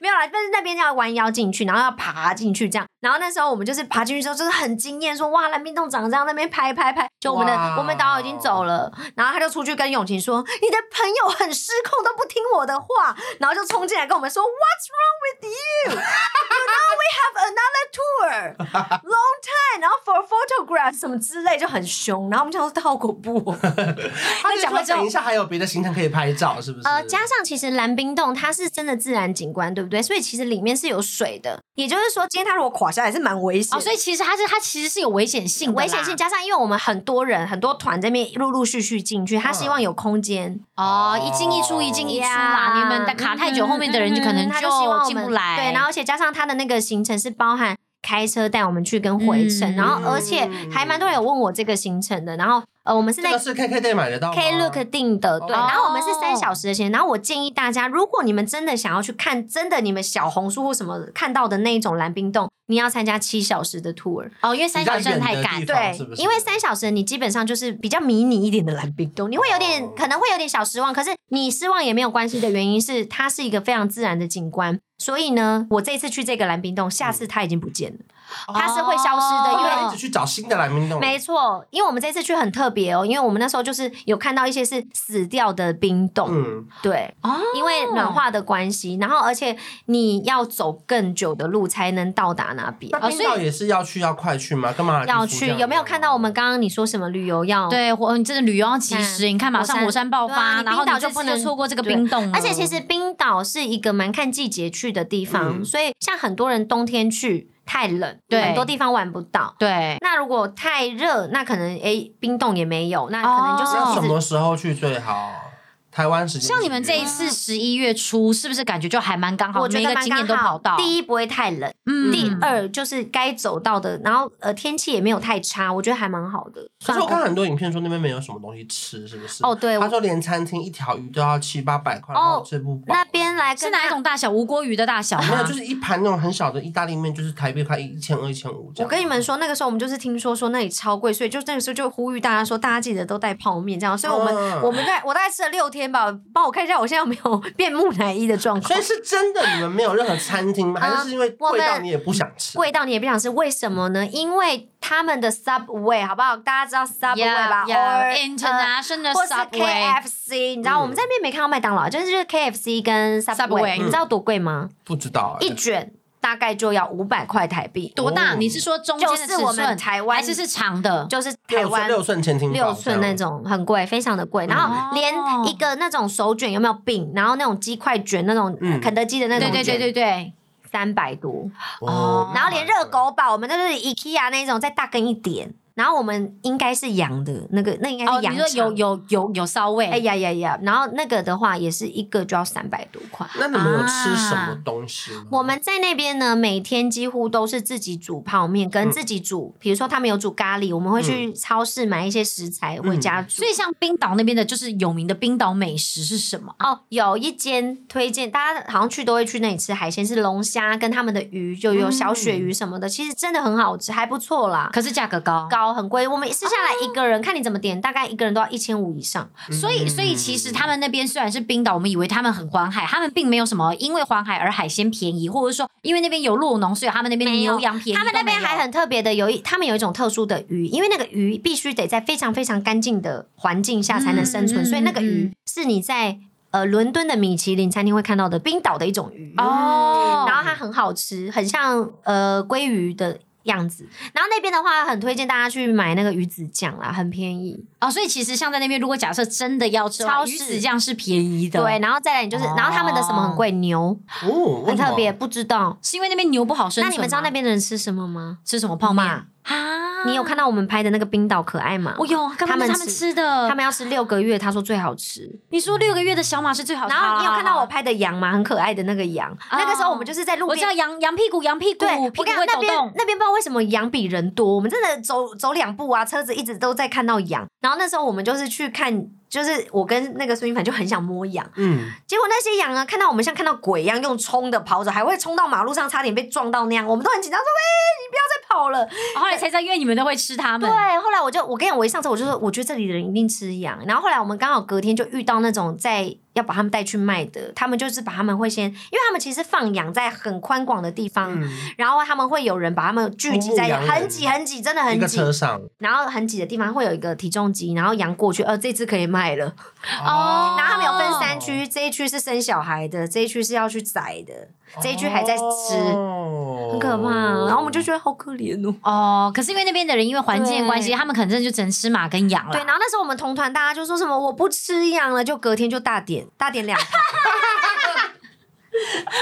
A: 没有啦，但是那边要弯腰进去，然后要爬进去这样。然后那时候我们就是爬进去之后，就是很惊艳，说哇，蓝冰洞长这样，那边拍拍拍。就我们的
B: 哇
A: 我们导游已经走了，然后他就出去跟永晴说，你的朋友很失控，都不听我的话，然后就冲进来跟我们说，What's wrong with you? You know we have another tour, long time, 然后 for photograph 什么之类，就很凶。然后我们就说他好恐怖、哦。
B: 他
A: 那
B: 就
A: 讲
B: 说
A: 完之后
B: 等一下还有别的行程可以拍照，是不是？
A: 呃，加上其实蓝冰洞它是真的自然景观，对不对？所以其实里面是有水的，也就是说，今天它如果垮下来是蛮危险
C: 哦，所以其实它是它其实是有危险性的啦，
A: 危险性加上，因为我们很多人很多团这边陆陆续续进去，他希望有空间，
C: 哦，一进一出，一进一出啦。
A: 呀
C: 你们的卡太久，
A: 嗯
C: 后面的人就可能
A: 嗯他就希望我
C: 进
A: 们
C: 不来。
A: 对，然后而且加上他的那个行程是包含开车带我们去跟回程，
C: 嗯
A: 然后而且还蛮多人有问我这个行程的，然后呃，我们是
B: 这
A: 在
B: 个啊是 KK 店买得到吗
A: K Look 定的，对。
B: 哦
A: 然后我们是三小时的钱，然后我建议大家，如果你们真的想要去看，真的你们小红书或什么看到的那一种蓝冰洞，你要参加七小时的 tour。
C: 哦，因为三角真的太赶
B: 比较远的地，方
A: 对
B: 是不，是
A: 因为三小时你基本上就是比较迷你一点的蓝冰洞，你会有点、
B: 哦
A: 可能会有点小失望，可是你失望也没有关系的原因是它是一个非常自然的景观，所以呢，我这次去这个蓝冰洞，下
B: 嗯
A: 次它已经不见了，它是会消失的，
C: 哦
A: 因为
B: 啊因为一直去找新的来冰洞，
A: 没错，因为我们这次去很特别哦，因为我们那时候就是有看到一些是死掉的冰洞，
B: 嗯，
A: 对，
C: 哦，
A: 因为暖化的关系，然后而且你要走更久的路才能到达那边。
B: 那
A: 哦
B: 冰
A: 所
B: 岛
A: 以
B: 也是要去要快去吗？干嘛
A: 要去有没有看到我
B: 哦
A: 们刚刚你说什么旅游要？。
C: 对，我你真的旅游要及时，
A: 看
C: 你看马上火
A: 火
C: 山
A: 山
C: 爆
A: 对啊
C: 发，
A: 你
C: 然后
A: 冰岛
C: 嗯你这
A: 就
C: 次
A: 不能
C: 错过这个
A: 对
C: 冰冻了，
A: 而且其实冰岛是一个蛮看季节去的地方，
B: 嗯
A: 所以像很多人冬天去太冷，
C: 对
A: 很多地方玩不到。
C: 对
A: 那如果太热，那可能诶冰冻也没有，那可能就是
C: 哦
A: 一直
B: 那什么时候去最好？台湾时间
C: 像你们这一次十一月初，是不是嗯感觉就还蛮刚好？
A: 我觉
C: 每一
A: 得
C: 个
A: 蛮
C: 景点都
A: 刚好
C: 跑到。
A: 第一不会太冷，
C: 嗯
A: 第二就是该走到的，然后呃天气也没有太差，我觉得还蛮好的。
B: 可
A: 算
B: 是我看
A: 了
B: 很多影片说那边没有什么东西吃，是不是？
A: 哦对
B: 他
A: 我
B: 说连餐厅一条鱼都要七八百块，
A: 哦
B: 然后吃不饱。
A: 那边啊来跟
C: 是哪一种大小？无锅鱼的大小
B: 没有，
C: 吗
B: 就？是一盘那种很小的意大利面，就是台币快一千二、一千五
A: 我
B: 这样。
A: 跟你们说，那个时候我们就是听说说那里超贵，所以就那个时候就呼吁大家说，大家记得都带泡面这样。所以我们、
B: 嗯
A: 我们在我大概吃了六天吧，帮我看一下我现在有没有变木乃伊 的状
B: 所
A: 况
B: 以。是真的，你们没有任何餐厅吗？
A: 啊
B: 还是是因为
A: 我
B: 贵
A: 们
B: 到你也不想吃？
A: 贵到你也不想吃，为什么呢？因为他们的 Subway 好不好？大家知道 Subway 吧
C: Yeah，yeah，
A: Or，呃
C: international
A: 或是
C: subway，
A: KFC，你知道
B: 嗯
A: 我们在那边没看到麦当劳，就是就是 KFC 跟
C: Subway
A: Subway，你知道多贵吗？
B: 不知道欸
A: 一卷大概就要五百块台币，
C: 多大？
B: 哦
C: 你是说中间的尺
A: 就是我们
C: 寸，
A: 台湾
C: 还是是长的？
A: 就是台
B: 六寸
A: 湾
B: 六寸前厅
A: 六寸那种很贵，非常的贵。然
C: 哦
A: 后连一个那种手卷有没有饼，然后那种鸡块卷那种
B: 嗯
A: 肯德基的那
C: 对
A: 种
C: 对对
A: 卷，
C: 对对，
A: 三百多。
C: 哦
A: 然后连热狗堡，我们那是 IKEA 那种再大根一点。然后我们应该是羊的那个，那应该
C: 哦，
A: 是羊
C: 你说
A: 肠
C: 有。有有有骚味？
A: 哎呀呀呀！然后那个的话，也是一个就要三百多块。
B: 那你们有吃什么东西吗？
A: 啊我们在那边呢，每天几乎都是自己煮泡面，跟
B: 嗯
A: 自己煮，比如说他们有煮咖喱，我们会去超市买一些食材回家煮。
C: 所以像冰岛那边的，就是有名的冰岛美食是什么？
A: 哦，有一间推荐，大家好像去都会去那里吃海鲜，是龙虾跟他们的鱼，就有
C: 嗯
A: 小鳕鱼什么的，其实真的很好吃，还不错啦。
C: 可是价格高，
A: 高很贵，我们吃下来一个人、看你怎么点，大概一个人都要一千五以上。
C: 所以所以其实
A: 嗯
C: 他们那边虽然是冰岛，我们以为他们很环海，他们并没有什么因为环海而海鲜便宜，或者说因为那边有洛农，所以他们那边的
A: 没有
C: 牛羊便宜。
A: 他们那边还
C: 都没有
A: 很特别的，有一他们有一种特殊的鱼，因为那个鱼必须得在非常非常干净的环境下才能生存，
C: 嗯
A: 所以那个
C: 嗯
A: 鱼是你在呃伦敦的米其林餐厅会看到的冰岛的一种鱼。
C: 哦，
A: 然后它很好吃，很像呃鲑鱼的样子。然后那边的话，很推荐大家去买那个鱼子酱啦，很便宜。
C: 哦，所以其实像在那边，如果假设真的要吃的话，
A: 超市
C: 鱼子酱是便宜的，哦
A: 对，，然后再来你就是，然后他们的什么很贵，牛
B: 哦，为
A: 很
B: 什么
A: 特别，。不知道。
C: 是因为那边牛不好生
A: 那
C: 存吗。
A: 你们知道那边的人吃什么吗？
C: 吃什么泡面
A: 马
C: 啊？
A: 你有看到我们拍的那个冰岛可爱吗？
C: 我有，干
A: 他
C: 嘛
A: 们
C: 是他们
A: 吃
C: 吃的，
A: 他们要吃六个月，他说最好吃。
C: 你说六个月的小马是最好吃
A: 然
C: 的。
A: 后你有
C: 好
A: 看到？我
C: 好
A: 拍的羊吗？很可爱的那个羊。那个时候我们就是在
C: 好
A: 路
C: 我知
A: 边
C: 道羊羊屁股，羊屁股，
A: 对，
C: 屁
A: 我
C: 股
A: 跟你
C: 会
A: 讲，那
C: 抖
A: 边
C: 动。
A: 那边不知道为什么羊比人多，我们真的走走两步啊，车子一直都在看到羊。然后那时候我们就是去看。就是我跟那个孙一凡就很想摸羊，
B: 嗯，
A: 结果那些羊啊，看到我们像看到鬼一样用冲的跑走，还会冲到马路上，差点被撞到那样，我们都很紧张，说：“喂、你不要再跑了。”
C: 后来才知道，因为你们都会吃
B: 嗯
C: 它们。
A: 对，后来我就我跟你讲，我一上车我就说，我觉得这里的人一定吃羊。然后后来我们刚好隔天就遇到那种在要把他们带去卖的，他们就是把他们会先，因为他们其实放羊在很宽广的地方，
B: 嗯
A: 然后他们会有人把他们聚集在
B: 公牧羊人
A: 很挤很挤，真的
B: 一
A: 很
B: 个
A: 挤，
B: 车上
A: 然后很挤的地方会有一个体重机，然后羊过去，呃，这只可以卖了。
C: 哦
A: 然后他们有分三区，这一区是生小孩的，这一区是要去宰的，这一区还在吃。
B: 哦
A: 很可怕，啊然后我们就觉得好可怜哦。
C: 哦，可是因为那边的人因为环境的关系，
A: 对
C: 他们可能真的就只能吃马跟羊了。
A: 对，然后那时候我们同团大家就说什么我不吃羊了，就隔天就大点大点两 盘，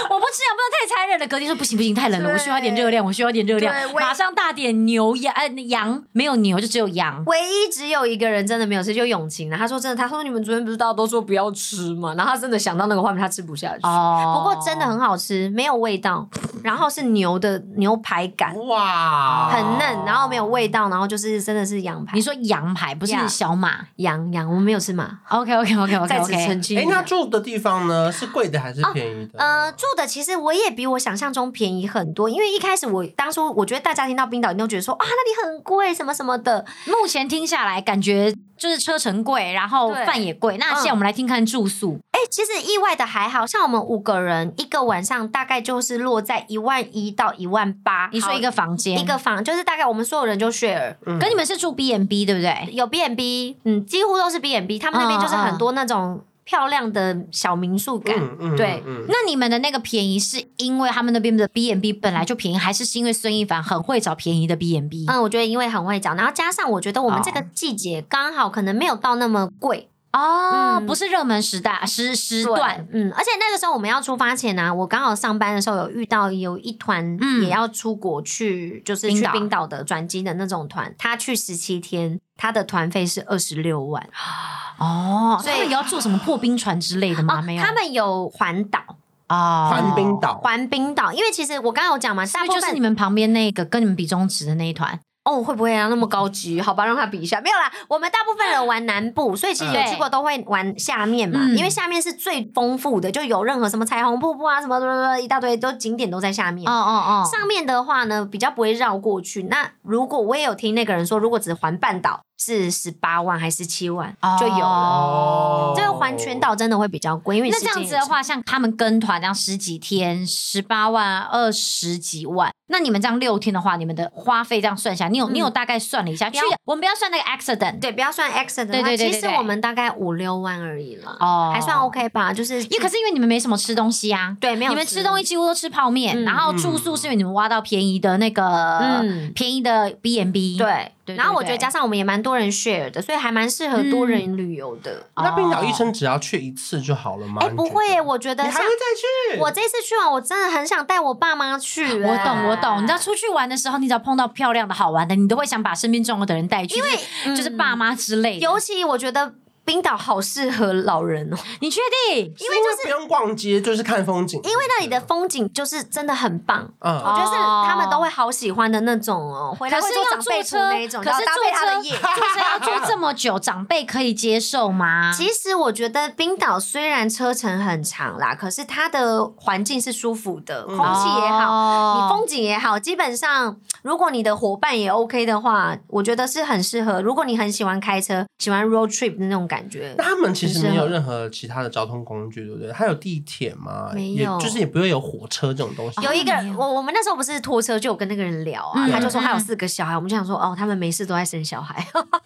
C: 我不吃羊不能太残忍了。隔天说不行不行，太冷了，
A: 对
C: 我需要一点热量，我需要一点热量
A: 对，我也
C: 马上大点牛羊，呃，羊没有牛就只有羊。
A: 唯一只有一个人真的没有吃，就永晴了。他说真的，他说你们昨天不是大家都说不要吃嘛，然后他真的想到那个画面，他吃不下去。
C: 哦
A: 不过真的很好吃，没有味道，然后是牛的牛排感
B: 哇，
A: 很嫩，然后没有味道，然后就是真的是羊排
C: 你。说羊排不是
A: 呀
C: 小马
A: 羊羊，我们没有吃嘛，
C: ？OK OK OK OK
A: 在此
C: OK。
A: 澄清
B: 哎
A: 一，
B: 那
A: 下。
B: 住的地方呢？是贵的还是便宜的？
A: 呃，住的其实我也比我想象中便宜很多，因为一开始我当初我觉得大家听到冰岛，一定都觉得说啊那里很贵什么什么的，
C: 目前听下来，感觉就是车程贵，然后
A: 对嗯
C: 饭也贵。那现在我们来听看住宿，
A: 哎、其实意外的还好，像我们五个人一个晚上大概就是落在一万一到一万八。
C: 你说一个房间，
A: 一个房，就是大概我们所有人就 share，
B: 嗯
C: 跟你们是住 B n B 对不对？
A: 有 B n B，嗯，几乎都是 B n B，他们那边
C: 嗯
A: 就是很多那种漂亮的小民宿感。
B: 嗯嗯
A: 对
B: 嗯
C: 那你们的那个便宜是因为他们那边的 B n B 本来就便宜，还是是因为孙一凡很会找便宜的 B n B？
A: 嗯，我觉得因为很会找，然后加上我觉得我们
C: 哦
A: 这个季节刚好可能没有到那么贵
C: 哦，
A: 嗯
C: 不是热门时代时时
A: 对
C: 段，
A: 嗯，而且那个时候我们要出发前呢、啊我刚好上班的时候有遇到有一团
C: 嗯
A: 也要出国去，就是
C: 冰
A: 去
C: 岛
A: 冰岛的转机的那种团，他去十七天，他的团费是二十六万，
C: 哦，
A: 所
C: 所
A: 以
C: 以有要坐什么破冰船之类的吗？
A: 哦
C: 没有，
A: 他们有环岛，
C: 哦，
B: 环冰岛
A: 环冰岛，因为其实我刚刚有讲嘛，大
C: 那
A: 部
C: 就是
A: 分
C: 你们旁边那个跟你们比中指的那一团
A: 哦会不会啊那么高级？好吧，让他比一下，没有啦，我们大部分人玩南部，所以其实有
C: 嗯
A: 去过都会玩下面嘛，
C: 嗯
A: 因为下面是最丰富的，就有任何什么彩虹瀑布啊，什么什么什么一大堆都景点都在下面。
C: 哦
A: 上面的话呢，比较不会绕过去。那如果我也有听那个人说，如果只环半岛是十八万还是七万就有了。
B: 哦
A: 这个环全岛真的会比较贵，因为
C: 那
A: 时
C: 这
A: 间
C: 样
A: 也
C: 子的
A: 长，
C: 话，像他们跟团这样十几天，十八万、二十几万，那你们这样六天的话，你们的花费这样算下来，你有、
A: 嗯
C: 你有大概算了一下，去
A: 要
C: 的我们不要算那个 accident，
A: 对，不要算 accident，
C: 对对对对
A: 其实
C: 对
A: 我们大概五六万而已了，
C: 哦
A: 还算 OK 吧？就是
C: 因为可是因为你们没什么吃东西啊，
A: 对，没有
C: 你们吃东西，几乎都吃泡面，
A: 嗯
C: 然后住宿是因为你们挖到便宜的那个，
A: 嗯
C: 便宜的 B n B，
A: 对。
C: 对
A: 然后我
C: 对
A: 觉得加上我们也蛮多人 share 的，所以还蛮适合多人旅游的。
B: 那冰岛一生只要去一次就好了吗？
A: 哎，哦
B: 你
A: 不
B: 觉
A: 会耶，
B: 得
A: 我觉得
B: 你还
A: 像
B: 会再去？
A: 我这次去完，我真的很想带我爸妈去。
C: 我
A: 哎
C: 懂，我懂。你知道出去玩的时候，你只要碰到漂亮的好玩的，你都会想把身边重要的人带去，因为
A: 嗯
C: 就是爸妈之类的。
A: 尤其我觉得冰岛好适合老人哦，
C: 你确定？
B: 因为就是不用逛街，就是看风景。
A: 因为哦那里
C: 啊
A: 的风景就是真的很棒。我
B: 嗯
A: 觉得是他们都会好喜欢的那种哦，回来
C: 哦可
A: 会
C: 是
A: 做
C: 要
A: 长辈
C: 坐
A: 图
C: 车
A: 那一，种，
C: 可
A: 然
C: 是
A: 后搭配他
C: 坐
A: 的
C: 车
A: 夜
C: 坐车要坐这么久，长辈可以接受吗？
A: 其实我觉得冰岛虽然车程很长啦，可是它的环境是舒服的，空
C: 嗯
A: 气也好，你
C: 好
A: 风景也好，基本上如果你的伙伴也 OK 的话，我觉得是很适合。如果你很喜欢开车，喜欢 road trip 的那种感觉
B: 那，他们其实没
A: 很适
B: 有
A: 合
B: 任何其他的交通工具，对不对？还有地铁嘛，
A: 没
B: 也
A: 有
B: 就是也不会有火车这种东西。
A: 有一个
C: 没
A: 人，
C: 有
A: 我我们那时候不是拖车，就有跟那个人聊啊，
C: 哦嗯
A: 他就说他有四个小孩，我们就想说哦，他们没事都在生小孩，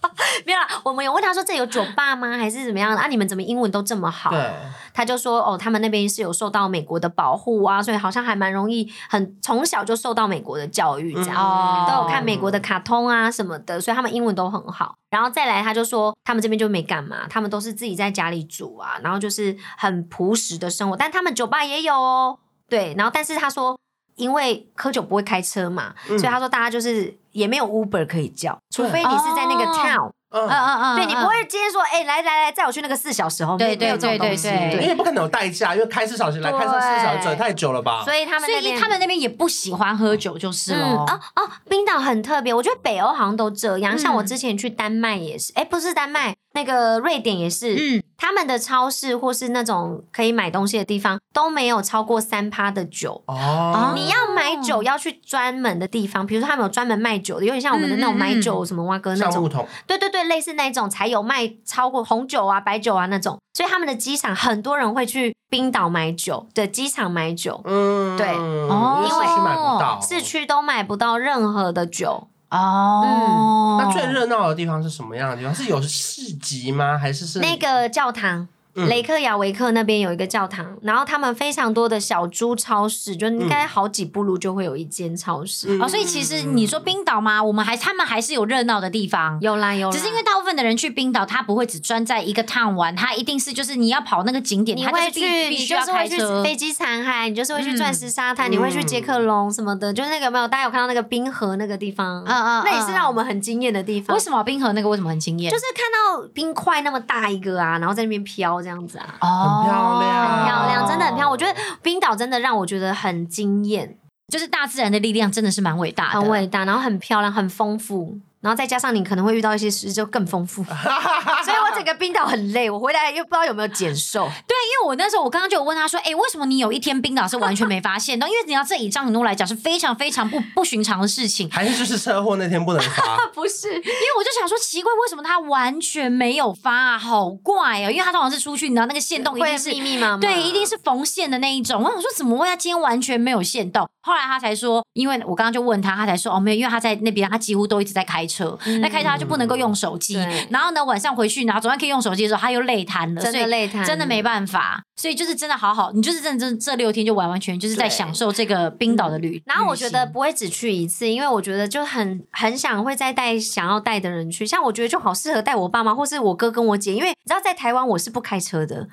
A: 没有啦。我们有问他说这有酒吧吗，还是怎么样的啊？你们怎么英文都这么好？
B: 对，
A: 他就说哦，他们那边是有受到美国的保护啊，所以好像还蛮容易，很从小就受到美国的教育这样。
C: 哦
A: 都有看美国的卡通啊什么的，所以他们英文都很好。然后再来，他就说他们这边就没干嘛，他们都是自己在家里煮啊，然后就是很朴实的生活。但他们酒吧也有哦，对。然后但是他说，因为喝酒不会开车嘛，
B: 嗯
A: 所以他说大家就是也没有 Uber 可以叫，除
B: 对
A: 非你是在那个
C: 哦
A: town，、
C: 嗯嗯嗯，
A: 对你不会今天说，哎、来来来，载我去那个四小时后，
C: 对
A: 没没有这种
C: 对对
A: 东西
C: 对对
B: 因为不可能有代驾，因为开四小时来，
A: 对
B: 开上四小时转太久了吧？
A: 所以他们
C: 所
A: 那
C: 以
A: 边
C: 他们那边也不喜欢喝酒，就是
A: 嗯
C: 喽。
A: 哦哦，冰岛很特别，我觉得北欧好像都这样。
C: 嗯
A: 像我之前去丹麦也是，哎、不是丹麦，那个瑞典也是，
C: 嗯
A: 他们的超市或是那种可以买东西的地方都没有超过三趴的酒。
B: 哦，
A: 你要买酒要去专门的地方，比如说他们有专门卖酒的，有点像我们的那种
C: 嗯嗯嗯
A: 买酒什么蛙哥那
B: 上木
A: 种，
B: 桶，
A: 对对对，类似那种才有卖超过红酒啊、白酒啊那种。所以他们的机场很多人会去冰岛买酒，对，机场买酒，
C: 哦
B: 嗯，
A: 对哦
B: 因为市区买不到。
A: 市区都买不到任何的酒。嗯
C: 哦，
B: 那最热闹的地方是什么样的地方？是有市集吗？还是是
A: 那个教堂，
B: 嗯
A: 雷克雅维克那边有一个教堂，然后他们非常多的小猪超市，就应该好几步路就会有一间超
B: 嗯
A: 市。
C: 哦，所以其实你说冰岛嘛，我们还他们还是有啊热闹的地方。
A: 有啦有啦，
C: 只是因为大部分的人去冰岛，他不会只专在一个趟玩，他一定是就是你要跑那个景点，
A: 你
C: 他就
A: 会
C: 是必
A: 去，你
C: 必须
A: 就
C: 要
A: 是
C: 开
A: 会去
C: 车。
A: 飞机残骸，你就是会去
C: 嗯
A: 钻石沙滩，
B: 嗯
A: 你会去杰克隆什么的，就是那个有没有？大家有看到那个冰河那个地方？
C: 嗯嗯嗯
A: 那也是让我们很惊艳的地方。
C: 为什么冰河那个为什么很惊艳？
A: 就是看到冰块那么大一个啊，然后在那边飘这样子啊，
C: 哦
B: 很漂亮
A: 很漂亮，
B: 哦
A: 真的很漂亮。我觉得冰岛真的让我觉得很惊艳。
C: 就是大自然的力量真的是蛮伟大的。
A: 很伟大，然后很漂亮，很丰富，然后再加上你可能会遇到一些事，就更丰 富。所以我整个冰岛很累，我回来又不知道有没有减 瘦。
C: 对，因为我那时候我刚刚就有问他说，哎、为什么你有一天冰岛是完全没发现的？因为你要这以张雨诺来讲是非常非常不不寻常的事情。
B: 还是就是车祸那天不 能发？
A: 不是，
C: 因为我就想说，奇怪，为什么他完全没有发啊？好怪哦、因为他通常是出去，你知道那个线动一
A: 会
C: 定是
A: 秘密吗？
C: 对，一定是缝线的那一种。我想说，怎么会他今天完全没有线动？后来他才说，因为我刚刚就问他，他才说哦，没有，因为他在那边，他几乎都一直在开车，那、开车他就不能够用手机
A: 嗯对。
C: 然后呢，晚上回去，然后总算可以用手机的时候，他又累瘫了，
A: 真的
C: 所以
A: 累瘫了
C: 真的没办法。所以就是真的好好，你就是真的真的这六天就完完全全就是在
A: 对嗯
C: 享受这个冰岛的旅。
A: 然后我觉得
C: 旅行
A: 不会只去一次，因为我觉得就很很想会再带想要带的人去。像我觉得就好适合带我爸妈或是我哥跟我姐，因为你知道在台湾我是不开车的，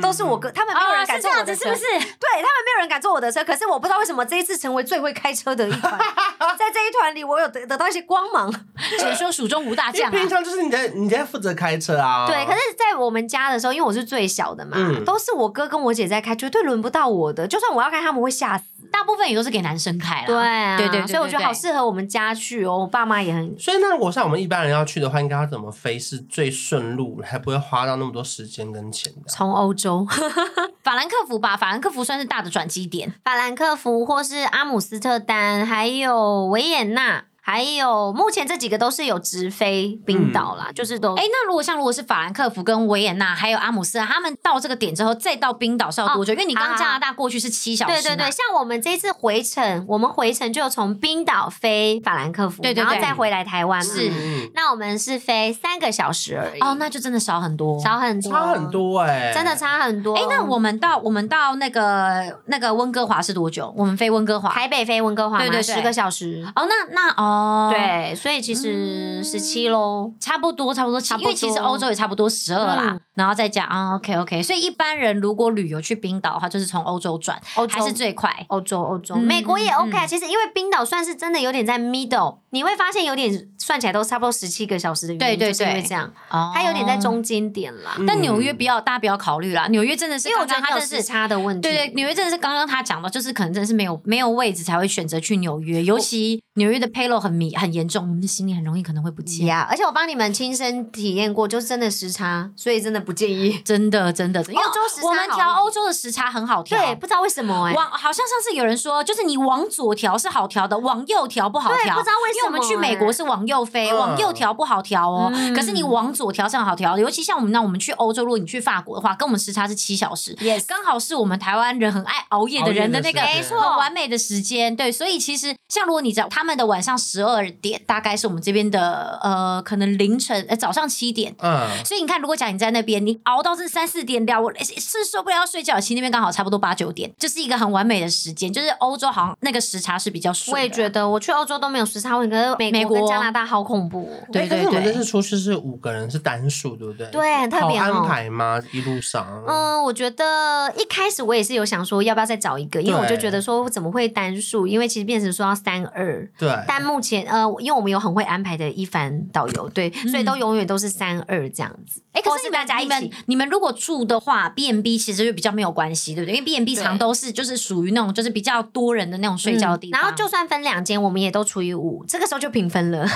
A: 都是我哥，他们没有
C: 啊、
A: 人敢
C: 是这
A: 坐我
C: 样
A: 的
C: 子，
A: 车，
C: 是不是？
A: 对他们没有人敢坐我的车，可是我不知道为什么这一次成为最会开车的一 团，在这一团里我有得得到一些光芒。
C: 谁说蜀中无大
B: 因为
C: 将啊
B: 平？常就是你在你在负责开车啊。
A: 对，可是，在我们家的时候，因为我是最小的嘛，
B: 嗯
A: 都是我哥跟我姐在开，绝对轮不到我的。就算我要开，他们会吓死。
C: 大部分也都是给男生开啦。
A: 啊
C: 对对对
A: 所以我觉得好
C: 对对
A: 适合我们家去哦。我爸妈也很，
B: 所以那如果像我们一般人要去的话，应该要怎么飞是最顺路，还不会花到那么多时间跟钱的？
A: 从欧洲
C: 法兰克福吧，法兰克福算是大的转机点。
A: 法兰克福或是阿姆斯特丹，还有维也纳，还有目前这几个都是有直飞冰岛啦，就是都
C: 哎、那如果像如果是法兰克福跟维也纳还有阿姆斯特丹，他们到这个点之后，再到冰岛是要多久？因为你刚
A: 啊
C: 刚加拿大过去是七小时嘛，
A: 对对对，像我们这次回程，我们回程就从冰岛飞法兰克福，
C: 对对
A: 然后
C: 对
A: 再回来台湾嘛。
C: 是
B: 嗯，
A: 那我们是飞三个小时而已。
C: 哦，那就真的少很多。
A: 少很多，
B: 嗯差很，多哎，
A: 真的。差很多。
C: 哎、那我们到我们到那个那个温哥华是多久？我们飞温哥华。
A: 台北飞温哥华嘛，
C: 对对对
A: 十个小时。
C: 哦，那那哦，，
A: 对，所以其
C: 嗯
A: 实十七喽。
C: 差不多差不多，
A: 差不
C: 因为其实
A: 多
C: 欧洲也差不多十二啦，
A: 嗯
C: 然后再加啊、OK OK，所以一般人如果旅游去冰岛的话，就是从欧洲转，
A: 欧洲
C: 还是最快。
A: 欧洲，欧洲，
C: 嗯
A: 美国也
C: 嗯
A: OK 啊。其实因为冰岛算是真的有点在 middle，你会发现有点算起来都差不多十七个小时的原因，
C: 对对
A: 就是因为
C: 对
A: 这样，
C: 哦
A: 它有点在中间点啦。
B: 嗯
C: 但纽约不要，大家不要考虑啦。纽约真的是
A: 因为我觉
C: 刚刚
A: 得
C: 他
A: 它
C: 真
A: 有
C: 的
A: 时
C: 是。
A: 差的问题。
C: 对对，纽约真的是刚刚他讲的，就是可能真的是没有没有位置才会选择去纽约，尤其纽约的 payload 很密很严重，你们的行李很容易可能会不见。
A: 呀而且我帮你们亲身体验过，就是真的时差，所以真的不建 议。
C: 真的真的，因为
A: 欧洲时差
C: 我们
A: 好
C: 调欧洲的时差很好调。
A: 对，不知道为什么哎、
C: 往好像上次有人说，就是你往左调是好调的，往右调不好
A: 对
C: 调。
A: 不知道为什么
C: 因为我们去美国是往右飞，
B: 嗯
C: 往右调不好调哦。
A: 嗯
C: 可是你往左调是很好调的，尤其像我们那我们去欧洲，如果你去法国的话，跟我们时差是七小时
A: Yes
C: 刚好是我们台湾人很爱熬夜的人的那个
B: 熬夜的时间
C: 很完美的时间。对，所以其实像如果你找他们的晚上十二点，大概是我们这边的呃，可能凌晨呃早上七点。
B: 嗯，
C: 所以你看，如果讲你在那边，你熬到是三四点了，我是是受不了要睡觉。其实那边刚好差不多八九点，就是一个很完美的时间。就是欧洲好像那个时差是比较顺的。
A: 我也觉得，我去欧洲都没有时差问题，可是美
C: 美
A: 国跟
C: 国
A: 加拿大好恐怖、哦。
C: 对
B: 哎可
C: 对
B: 是我们这
C: 对
B: 次出去是五个人，是单数，对不对？，
A: 对，很特
B: 好
A: 别
B: 安
A: 哦。
B: 排吗？一路上，
A: 嗯，我觉得一开始我也是有想说要不要再找一个，因为我就觉得说怎么会单数，因为其实变成说要三二，
B: 对，
A: 但目前呃，因为我们有很会安排的一凡导游，对，所以都永远都是三二这样子。
C: 哎、可
A: 或嗯哦是
C: 是你们
A: 大家一
C: 你们
A: 起
C: 你们如果住的话，B N B 其实就比较没有关系，对不对？因为 B N B
A: 对
C: 常都是就是属于那种就是比较多人的那种睡觉的地
A: 嗯
C: 方。
A: 然后就算分两间，我们也都除以五，这个时候就平分 了。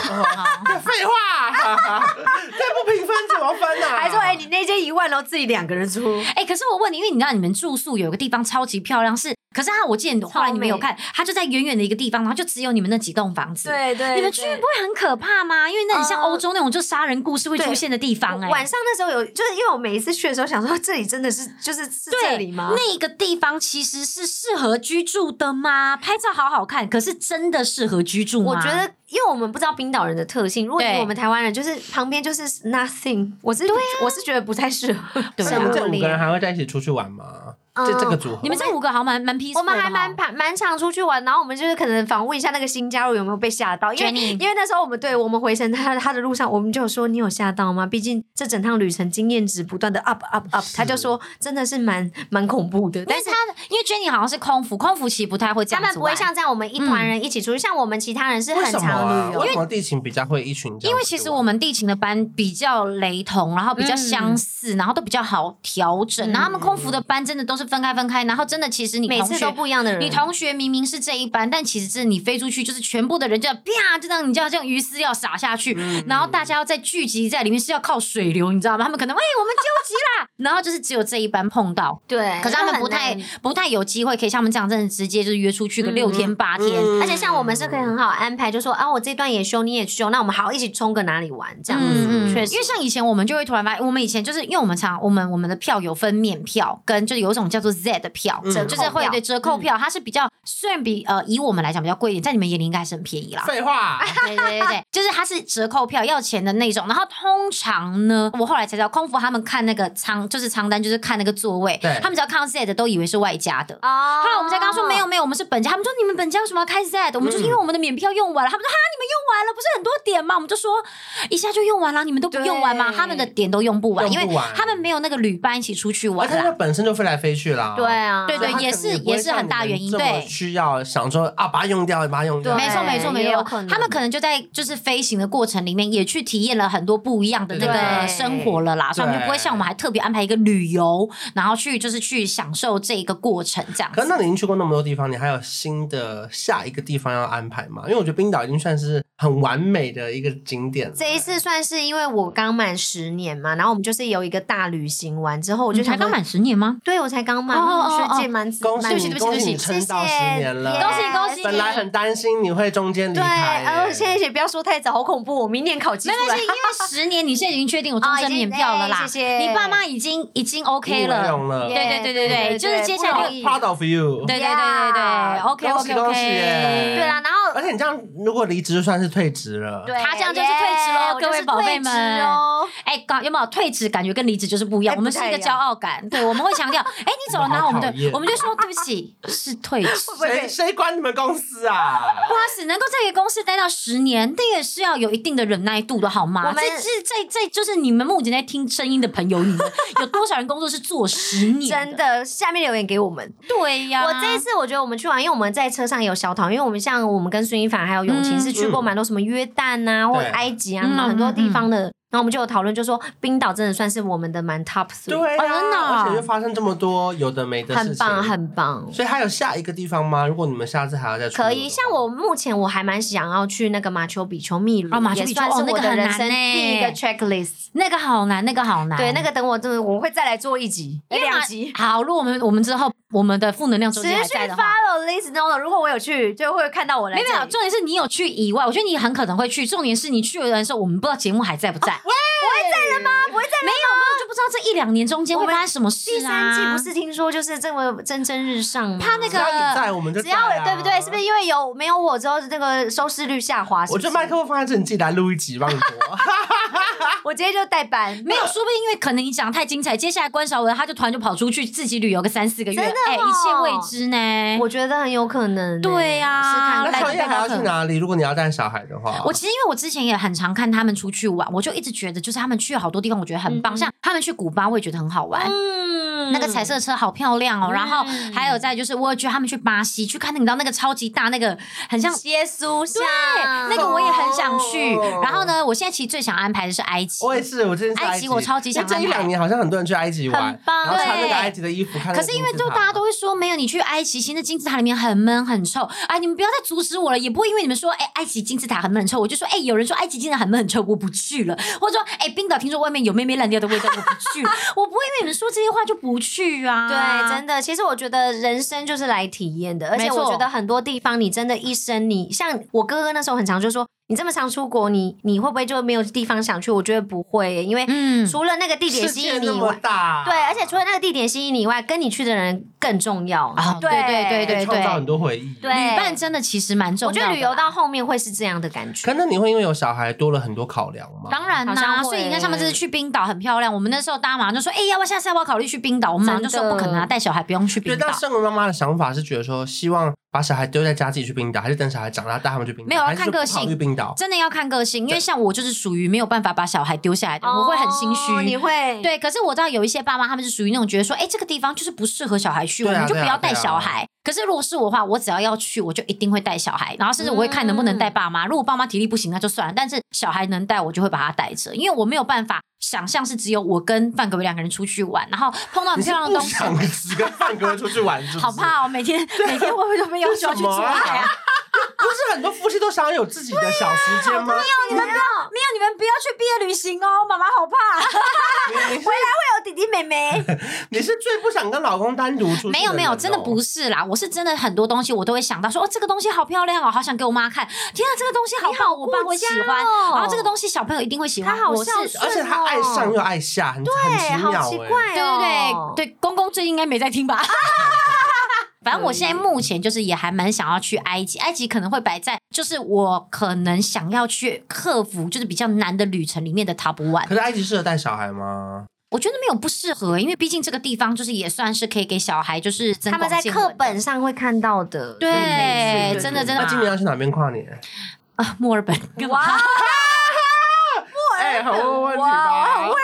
B: 废话，再不平分怎么分啊？
A: 还说哎、你那间一万，然后自己两个人出。
C: 哎、可是我问你，因为你知道你们住宿有一个地方超级漂亮，是可是它我记得后来你们有看，它就在远远的一个地方，然后就只有你们那几栋房子。。
A: 对
C: 你们去不会很可怕吗？因为那很像
A: 呃
C: 欧洲那种就杀人故事会
A: 对
C: 出现的地方哎、
A: 晚上那时候有，就是因为我每一次去的时候想说，这里真的是就是是
C: 对
A: 这里吗？
C: 那个地方其实是适合居住的吗？拍照好好看，可是真的适合居住吗？
A: 我觉得，因为我们不知道冰岛人的特性，如果以
C: 对
A: 我们台湾人，就是旁边就是 nothing，我是、我是觉得不太适合
C: 对啊
A: 生
B: 那这
A: 活
B: 五
A: 里
B: 个。人还会在一起出去玩吗？
A: 嗯
B: 这这个组合，
C: 你们这五个好像蛮蛮 peaceful
A: 我们还蛮
C: 怕
A: 蛮常出去玩，然后我们就是可能访问一下那个新加入有没有被吓到，因为
C: Jenny
A: 因为那时候我们对我们回程他他的路上，我们就有说你有吓到吗？毕竟这整趟旅程经验值不断的 up up up，他就说真的是蛮蛮恐怖的，但
C: 但
A: 是
C: 是他因为 Jenny 好像是空服，空服其实不太会这
A: 他
C: 样子
A: 们不会
C: 玩
A: 像这样我们一团人一起出去，像我们其他人是
B: 为
A: 很
B: 什么
A: 常
B: 啊？
A: 旅游
B: 为。什么地形比较会一群这样子玩？
C: 因为其实我们地勤的班比较雷同，然后比较
A: 嗯
C: 相似，然后都比较好调整。然后他们空服的班真的都是分开分开，然后真的其实你
A: 每
C: 同
A: 次
C: 学
A: 都不一样的人，
C: 你同学明明是这一班，但其实是你飞出去，就是全部的人就啪，就让你就要像鱼饲料撒下去， 然后大家要再聚集在里面是要靠水流，你知道吗？他们可能哎、我们纠集啦， 然后就是只有这一班碰到，
A: 对，
C: 可是他们
A: 哎很
C: 不太
A: 难
C: 不太有机会可以像我们这样，真的直接就是约出去个六天八天，
B: 嗯
A: 而且像我们是可以很好安排，就说啊，我这段也休，你也休，那我们好一起冲个哪里玩这样子。
C: 嗯嗯，
A: 确实
C: 因为像以前我们就会突然发现，我们以前就是因为我们常我们我们的票有分免票跟就是有一种叫做 Z 的票，
B: 嗯
C: 就是会对折扣票，它是比较虽然比呃以我们来讲比较贵一点，在你们眼里应该还是很便宜啦。
B: 废话，
C: 对对对对，就是它是折扣票要钱的那种，然后通常呢，我后来才知道，空服他们看那个仓就是仓单，就是看那个座位
B: 对，
C: 他们只要看到 Z 的都以为是外加的，
A: 哦
C: 后来我们才跟他说没有，没有，我们是本家。他们说你们本家为什么要开 Z？我们
B: 嗯
C: 就是因为我们的免票用完了。他们说哈，你们用完了不是很多点吗？我们就说一下就用完了，你们都不用完吗？
A: 对
C: 他们的点都用不完，
B: 用
C: 因
B: 不
C: 为
B: 完哦
C: 他们没有那个旅伴一起出去
B: 而
C: 玩
B: 且它
C: 啦。
B: 本身就飞来飞去啦。
A: 对啊，
C: 对
B: 所
C: 对
B: 以它可能
C: 也是
B: 不会
C: 也是
B: 像
C: 很大
B: 你们
C: 原因
B: 这么
C: 对
B: 需要想说啊，把它用掉，把它用掉。
A: 对
C: 没错，没错，没
A: 也有
C: 错
A: 可能。
C: 他们可能就在就是飞行的过程里面，也去体验了很多不一样的那
A: 对
C: 个生活了啦，所以他们就不会像我们还特别安排一个旅游，然后去就是去享受这一个过程这样
B: 可
C: 子
B: 是，。那你已经去过那么多地方，你还有新的下一个地方要安排吗？因为我觉得冰岛已经算是很完美的一个景点了。
A: 这一次算是因为我刚满十年嘛，然后我们就是有一个大旅行完之后，我
C: 我
A: 就
C: 嗯才
A: 想说
C: 刚，满十年吗？
A: 对我才刚满，
C: 哦哦哦
A: 学
C: 哦
A: 姐蛮
B: 恭喜
A: 蛮
B: 你，恭喜你撑到
A: 谢
B: 十
A: 谢
B: 年了，
A: 耶
C: 恭喜恭喜
B: 本来很担心你会中间离
A: 对，
B: 开哎耶，
A: 呃，谢谢，不要说太早，好恐怖，哦我明年考级
C: 没
A: 出来
C: 关系，因。为十年你现在已经确定我终身免票了啦，
A: 哦已经哎谢谢
C: 你爸妈已经已经 OK
B: 你
C: 了，
B: 用了
C: 对对对对对，就是接下来
A: 不容易
C: 就。
B: ，proud of you。
C: 对对对对对
A: Yeah
C: ，OK
B: 恭喜
C: OK
B: 恭喜耶
A: 对
C: OK，
A: 啦，然后
B: 而且你这样如果离职就算是退职了，
A: 对
C: 他这样就是退职咯
A: 耶我就
C: 各位
A: 是
C: 宝贝
A: 退职
C: 们
A: 哦
C: 哎，搞有没有退职？感觉跟离职就是不一样。
A: 哎
C: 我们是一个
A: 不太一
C: 骄
A: 样
C: 傲感，对，我们会强调，哎，你走了，
B: 我们
C: 然
B: 好
C: 后我们
B: 讨
C: 对
B: 厌，
C: 我们就说对不起，是退职。
A: 会不会
B: 谁谁管你们公司 啊？
C: 哇塞，能够在一个公司待到十年，那也是要有一定的忍耐度的，好
A: 我
C: 吗？这
A: 们
C: 这这这就是你们目前在听声音的朋友，你们有多少人工作是做十年？
A: 真，的，下面留言给我们。
C: 对呀。
A: 我这一次我觉得我们去玩，因为我们在车上有小讨，因为我们像我们跟孙一凡还有永晴
C: 嗯
A: 是去过蛮多什么约旦啊，或者埃及啊，
C: 嗯
A: 什么很多地方的。然后我们就有讨论，就说冰岛真的算是我们的蛮 top three，
B: 对
C: 哦真的
B: 啊，
C: 啊
B: 而且就发生这么多有的没的事情，
A: 很棒很棒。
B: 所以还有下一个地方吗？如果你们下次还要再出国
A: 可
B: 的话
A: 以，像我目前我还蛮想要去那个马丘比丘秘鲁，
C: 哦马丘比丘
A: 也算是
C: 哦那
A: 我
C: 个
A: 的
C: 很
A: 人
C: 难
A: 生
C: 呢
A: 第一个 checklist。
C: 那个好难，那个好难。
A: 对，那个等我真的我会再来做一集，
C: 因为
A: 两
C: 马
A: 集。
C: 好，如果我们我们之后我们的负能量周
A: 持
C: 期还
A: 续
C: 在的话。
A: follow list no 如果我有去，就会看到我来
C: 没
A: 这
C: 有
A: 里。
C: 没有，重点是你有去以外，我觉得你很可能会去。重点是你去的时候，我们不知
A: 哦
C: 道节目还在不在。没有，
A: 不会再来
C: 我就不知道这一两年中间会
A: 我们
C: 发生什么事
A: 第三
C: 啊。
A: 季不是听说就是这么蒸蒸日上吗？
C: 怕那
B: 只
C: 个
B: 要你在，我们就
A: 只要
B: 在啊
A: 对不对？是不是？因为有没有我之后，这个收视率下滑？是
B: 我
A: 不是
B: 觉得麦克风放在这，你自己来录一集，帮你 播。
A: 啊我直接就代班，
C: 没有，说不定因为可能你讲得太精彩，接下来关韶文他就突然就跑出去自己旅游个三四个月，
A: 真的
C: 哎、
A: 哦
C: 一切未知呢。
A: 我觉得很有可能欸。
C: 对啊呀
A: 是看
B: 那
C: 那来
B: 小
C: 就
B: 叶
C: 拜
B: 还要
C: 拜可
B: 去哪里？如果你要带小孩的话，
C: 我其实因为我之前也很常看他们出去玩，我就一直觉得就是他们去好多地方，我觉得很棒，
A: 嗯
C: 像他们去古巴，我也觉得很好玩。
A: 嗯，嗯
C: 那个彩色车好漂亮哦。然后还有再就是，我有觉得他们去巴西去看那个，你知道那个超级大那个，很像
A: 耶稣像，
C: 那个我也很想去
B: 哦。
C: 然后呢，我现在其实最想安排的是埃及。
B: 我也是，我之前去
C: 埃及我超级想
B: 因为这一
C: 安排
B: 两年好像很多人去埃及玩
A: 很，棒
B: 然后穿那
C: 对
B: 个埃及的衣服，看那
C: 可
B: 个
C: 是因为
B: 金字
C: 就
B: 塔
C: 大家都会说，没有你去埃及，其实那金字塔里面很闷很臭。哎，你们不要再阻止我了，也不会因为你们说，哎，埃及金字塔很闷很臭，我就说，哎，有人说埃及金字塔很闷很臭，我不去了。或者说，哎，冰岛听说外面有妹妹烂掉的味道，我不去。我不会因为你们说这些话就不去啊。
A: 对，真的，其实我觉得人生就是来体验的，而且
C: 没错
A: 我觉得很多地方你真的一生你，像我哥哥那时候很常就说，你这么常出国，你你会不会就没有地方想去？我觉得不会耶，因为
C: 嗯
A: 除了那个地点
B: 世
A: 吸
B: 界
A: 引
B: 那
A: 你以
B: 么
A: 外，
B: 大，
A: 对，而且除了那个地点吸引你以外，跟你去的人更重要
C: 啊
A: 对
C: 对对对
B: 创造很多回忆。
A: 对
C: 旅伴真的其实蛮重
A: 我
C: 要
A: 觉
C: 的啦。
A: 得旅游到后面会是这样的感觉
B: 可。能你会因为有小孩多了很多考量吗？
C: 当然
A: 好像
C: 啦、
A: 会
C: 所以你看他们这次去冰岛很漂亮，我们那时候大家马上就说，哎、要不要下次要不要考虑去冰岛？我们马上就说
A: 真的
C: 不可能啊，带小孩不用去
B: 对，
C: 冰岛
B: 但。身为妈妈的想法是觉得说，希望把小孩丢在家自己去冰岛，还是等小孩长大带他们去冰岛？
C: 没有要
B: 还是就
C: 看个
B: 不考虑
C: 性
B: 冰岛。
C: 真的要看个性，因为像我就是属于没有办法把小孩丢下来的，我会很心虚。
A: 哦你会
C: 对，可是我知道有一些爸妈他们是属于那种觉得说，哎、这个地方就是不适合小孩去，
B: 对啊
C: 我们就
B: 对啊
C: 不要
B: 对
C: 带
B: 啊
C: 小孩。可是如果是我的话，我只要要去，我就一定会带小孩，然后甚至我会看能不能带爸
A: 嗯
C: 妈。如果爸妈体力不行，那就算了。但是小孩能带，我就会把他带着，因为我没有办法想象是只有我跟范格维两个人出去玩，然后碰到很
B: 你是
C: 漂亮
B: 不
C: 的东西，
B: 想 只跟范哥出去玩，是不是
C: 好怕哦！每 天每天会不会都被要求要去做爱啊？
B: 不是很多夫妻都想要有自己的小时间吗？
C: 你们不要，没有你们不要去毕业旅行哦，妈妈好怕。
B: 你你
A: 有哦弟弟妹妹，
B: 你是最不想跟老公单独出去？哦
C: 没有没有，
A: 哦
C: 真的不
B: 是。
C: 是啦，我是真的很多东西我都会想到说，哦，这个东西好漂亮哦，好想给我妈看。天啊，这个东西好棒，我爸会喜欢。
A: 哦
C: 然后这个东西小朋友一定会喜欢。
A: 他好
C: 我是
A: 孝顺
B: 而且他爱上又爱下，很很奇
A: 哎，
B: 妙、欸、
A: 好奇怪
C: 对
A: 哦。
C: 对对对，公公最近应该没在 听吧？反正我现在目前就是也还蛮想要去埃及，埃及可能会摆在就是我可能想要去克服就是比较难的旅程里面的 top one
B: 可。是埃及适合带小孩吗？
C: 我觉得没有不适合，因为毕竟这个地方就是也算是可以给小孩就是增
A: 他们
C: 广
A: 在
C: 见
A: 课
C: 闻的
A: 本上会看到的，
C: 对
A: 所以可以去
C: 哎真的真的
B: 那今年要去哪边跨年？
C: 啊墨尔本
A: 哇，
B: 哎、很会问题
A: 哇
B: 吧？
C: 啊
A: 我很会
B: 问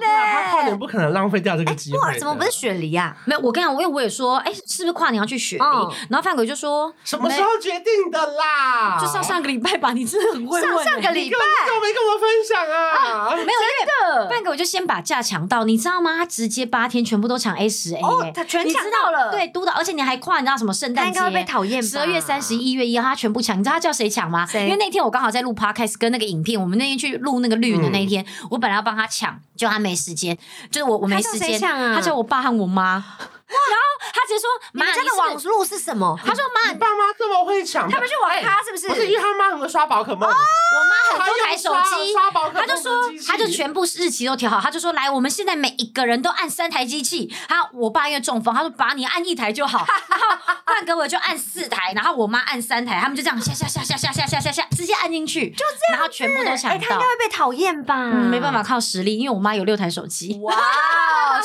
B: 呢、他跨年不可能浪费掉这个机会的。
C: 哎
A: 哇，怎么不是雪梨啊？
C: 没有，我跟你讲，因为我也说，哎、是不是跨年要去雪梨？
A: 嗯
C: 然后范鬼就说，
B: 什么时候决定的啦？
C: 没？就是要上个礼拜吧，你真的很会问、
A: 上上个
B: 你
A: 礼
B: 根本就
A: 拜
B: 没跟我分享啊！
C: 没有，因为
A: 的
C: 范鬼就先把假抢到，你知道吗？他直接八天全部都抢 A 十 A，
A: 哦，他全
C: 你
A: 抢
C: 知
A: 到
C: 道
A: 了，
C: 对，，督导，而且你还跨，你知道什么圣
A: 他
C: 诞
A: 应
C: 节
A: 该会被讨厌吧。
C: 十二月三十，一月一号，他全部抢。你知道他叫谁抢吗？
A: 谁
C: 因为那天我刚好在录 podcast 跟那个影片，我们那天去录那个绿的那一天，我本来要帮他抢，就他没时间，就是我我没时
A: 他叫谁
C: 间，
A: 抢啊
C: 他叫我爸和我妈，然后他直接说
A: 你
C: 妈
A: 们家
C: 你是
A: 的
C: 不是
A: 网路是什么？
C: 他说 妈
B: 你爸妈这么会抢，
A: 他们去玩咖是不是？
B: 不是因为他妈很会刷宝可梦，我
C: 我妈很哦多台手机，
B: 刷宝可
C: 他
B: 梦
C: 就
B: 的
C: 说
B: 机器，
C: 他就全部日期都调好，他就说来，我们现在每一个人都按三台机器。他我爸因为中风，他说把你按一台就好， 然后范哥我就按四台，然后我妈按三台，他们就这样下下下下下下下下下直接按进去，就这样，然后全部都
A: 哎，
C: 抢
A: 他应
C: 到
A: 该。会被讨厌吧？
C: 嗯，没办法，。靠实力，因为我妈有六台手机。
A: 哇，哦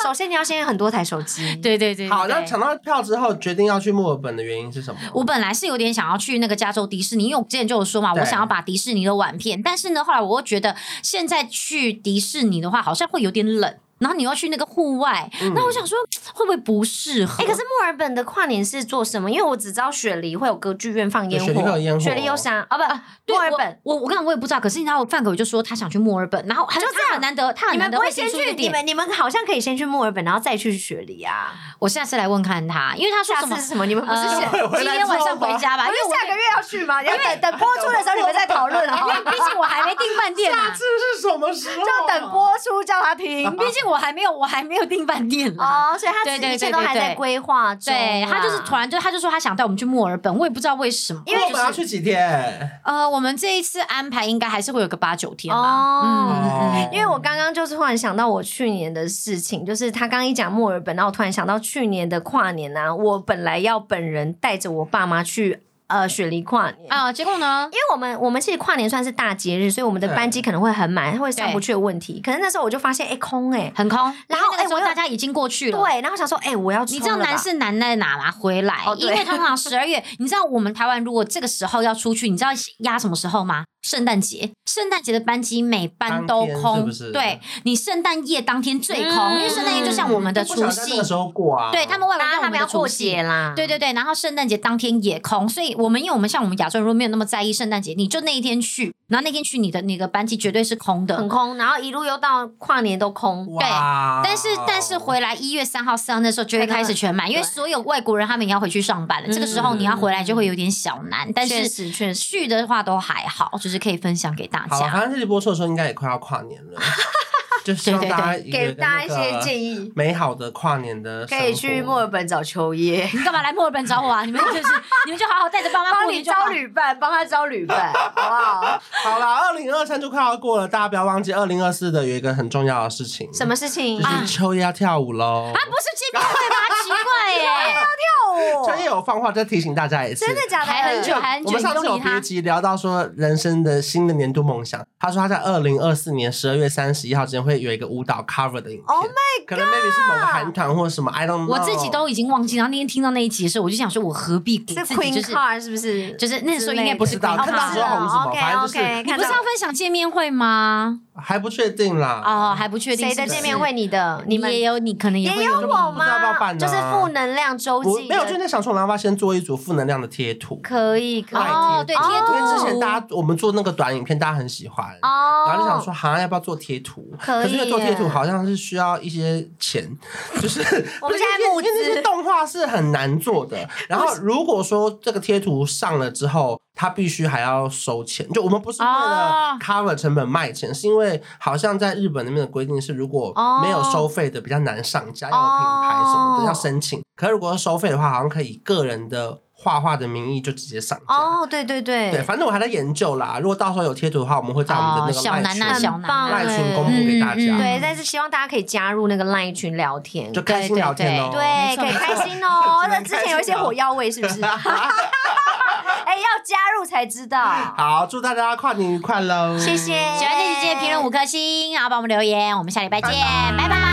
A: 首先你要先有很多台手机，，
C: 对对对，
B: 好。
C: 对
B: 那抢到票之后，决定要去墨尔本的原因是什么？
C: 我本来是有点想要去那个加州迪士尼，因为我之前就有说嘛，
B: 对
C: 我想要把迪士尼的碗片，但是呢，后来我又觉得现在去迪士尼的话，好像会有点冷。然后你要去那个户外，
B: 嗯
C: 那我想说会不会不适合？
A: 哎、可是墨尔本的跨年是做什么？因为我只知道雪梨会有歌剧院放烟火，
B: 对雪梨会有烟火
A: 雪梨有啥？啊不，
C: 对
A: 墨尔本，，
C: 我我我刚刚我也不知道，可是你知道，范狗就说他想去墨尔本，然后他就他很难得，他
A: 你
C: 很
A: 们
C: 难得
A: 不啊会
C: 接
A: 先
C: 触这
A: 去？
C: 个
A: 你
C: 点。
A: 们你们好像可以先去墨尔本，然后再去雪梨啊。
C: 我下次来问看他，因为他说
A: 下
C: 什么
A: 次是？什么？你们不是
C: 呃
A: 先？
B: 回
C: 今
B: 来
C: 天晚
B: 之后
C: 上回
B: 吗
C: 家吧，
A: 不
C: 因为
A: 是
C: 我
A: 下个月要去吗？要等等播出的时候你们再讨论好
C: 因为 毕竟我还没订饭店
B: 下
C: 啊
B: 次，是什么时候？啊
A: 就等播出叫他听。
C: 毕竟我还没有我还没有订饭店啊。
A: 哦，所以他
C: 对
A: 只
C: 对
A: 一切
C: 对
A: 都
C: 对
A: 还在
C: 对
A: 规划中啊。
C: 对他就是突然就他就说他想带我们去墨尔本，我也不知道为什么，
A: 因为
B: 墨尔本要去几天？
C: 呃，我们这一次安排应该还是会有个八九天吧。
A: 哦。
B: 哦
A: 因为我刚刚就是突然想到我去年的事情，就是他刚一讲墨尔本，然后我突然想到去年的跨年啊，我本来要本人带着我爸妈去呃雪梨跨年
C: 啊、结果呢
A: 因？为我们我们其实跨年算是大节日，所以我们的
B: 对
A: 班机可能会很满，会上不去的问题。可是那时候我就发现，哎、空哎、
C: 很空，
A: 然后
C: 因为那
A: 哎
C: 个
A: 我
C: 时候
A: 有
C: 大家已经过去了。
A: 对，然后想说，哎、我要
C: 你知
A: 冲
C: 道
A: 了吧
C: 难是难在哪吗？回来，
A: 哦对
C: 因为通常十二月，你知道我们台湾如果这个时候要出去，你知道压什么时候吗？圣诞节，圣诞节的班机每班都
B: 当天
C: 空，
B: 是不是
C: 对你圣诞夜当天最空，
A: 嗯
C: 因为圣诞夜就像我们的
B: 嗯哎不
C: 除
B: 想在
C: 夕
B: 那个，时候过啊，
C: 对他们外国
A: 大
C: 人
A: 家
C: 我
A: 他
C: 们
A: 们
C: 的
A: 要
C: 除
A: 过
C: 夕
A: 节啦，
C: 对对对，然后圣诞节当天也空，所以我们因为我们像我们亚洲人，如果没有那么在意圣诞节，你就那一天去，然后那天去你的你的班机绝对是空的
A: 很，空，然后一路又到跨年都空，
B: 哇，哦
C: 但是但是回来一月三号、四号那时候就会开始全满，因为
A: 对
C: 所有外国人他们也要回去上班了。这个时候你要回来就会有点小难，但
A: 嗯确
C: 是
A: 实确实。
C: 去的话都还好，就是可以分享给大
B: 好了，
C: 家。
B: 反正这集播出的时候应该也快要跨年 了，就希望
C: 对对对
B: 大家一个
A: 给大家一些
B: 议，
A: 建议，
B: 美好的跨年的生活
A: 可以去墨尔本找秋叶，
C: 你干嘛来墨尔本找我啊？你们 就是你们就好好带着爸妈
A: 帮
C: 过
A: 你
C: 年就好
A: 招。旅伴，帮他招旅伴，好不好？
B: 好了，二零二三就快要过了，大家不要忘记二零二四的有一个很重要的事情，啊
A: 什么事情
B: 就？是秋叶要跳舞喽。
C: 啊，不是见面会吗？奇 怪耶！
A: 啊跳
B: 秋叶有放话，再提醒大家一次。
A: 真的假的？
C: 还很久
B: 就
C: 还很久
B: 我们上次有别集聊到说人生的新的年度梦想，他说他在二零二四年十二月三十一号之前会有一个舞蹈 cover 的影片
A: Oh
B: 可能 maybe 是某个韩团或什么 I don't know，
C: 我自己都已经忘记，然后那天听到那一集的时候，我就想说，我何必给
A: 是
C: 自己就
A: Queen
C: 是
A: Car 是不是？哦
C: 就是那时候应该不
B: 不
C: 是
B: 知道，
C: Queen
B: 看到时候
C: Card
B: 红什么，
A: OK，
B: 反正就是
A: 看
C: 你
A: 到
C: 不是要分享见面会吗？
B: 还不确定
A: 啊
B: 啦。
C: 哦，还不确定
A: 谁的
C: 是不是
A: 见面会？你
B: 嗯
A: 的？
C: 你
A: 们
C: 也有，你可能也
A: 也
C: 会哦
A: 有
C: 有你
A: 我
B: 不知道要不要
A: 吗？
B: 办呢啊
A: 就是负能量周
B: 我
A: 记
B: 没有，就
A: 的，
B: 在想说，我们要不要先做一组负能量的贴图？
A: 可以可以
C: 哦对贴
B: 因为
C: 图
B: 之前大家我们做那个短影片，大家很喜欢，
A: 哦，
B: 然后就想说，好像要不要做贴图？
A: 可以
B: 可是因为做贴图
A: 耶
B: 好像是需要一些钱，就是
A: 我
B: 我
A: 们现在募
B: 因为那
A: 资
B: 些动画是很难 做的。然后如果说这个贴图上了之后，它必须还要收钱。就我们不是为
C: 哦
B: 了 cover 成本卖钱，是因为好像在日本那边的规定是，如果
A: 哦
B: 没有收费的比较难上架，要有品牌什么
A: 哦
B: 的要申请。可是如果要收费的话，好像可以以个人的画画的名义就直接上架。
A: 哦，对对对，
B: 对，反正我还在研究啦。如果到时候有贴图的话，我们会在我们的那
C: 哦
B: 个
C: 小
B: 赖
C: 南
B: 群
C: 啊，小
A: 很
C: 南
A: 棒
C: 啊，
B: 赖群公布给大家，
C: 嗯嗯嗯
A: 对，但是希望大家可以加入那个 LINE 群聊天，
B: 就开心聊天哦。
A: 对，
C: 没错
A: 可以
C: 没
A: 开
C: 错
A: 心哦。
B: 只
A: 那
B: 能
A: 之
B: 开
A: 前
B: 心
A: 有一些
B: 聊
A: 火药味，是不 是？ 哎，要加入才知道。
B: 好，祝大家跨年愉快喽！
A: 谢谢，
C: 喜欢这期记得评论五颗星，然后帮我们留言，我们下礼拜见，拜拜。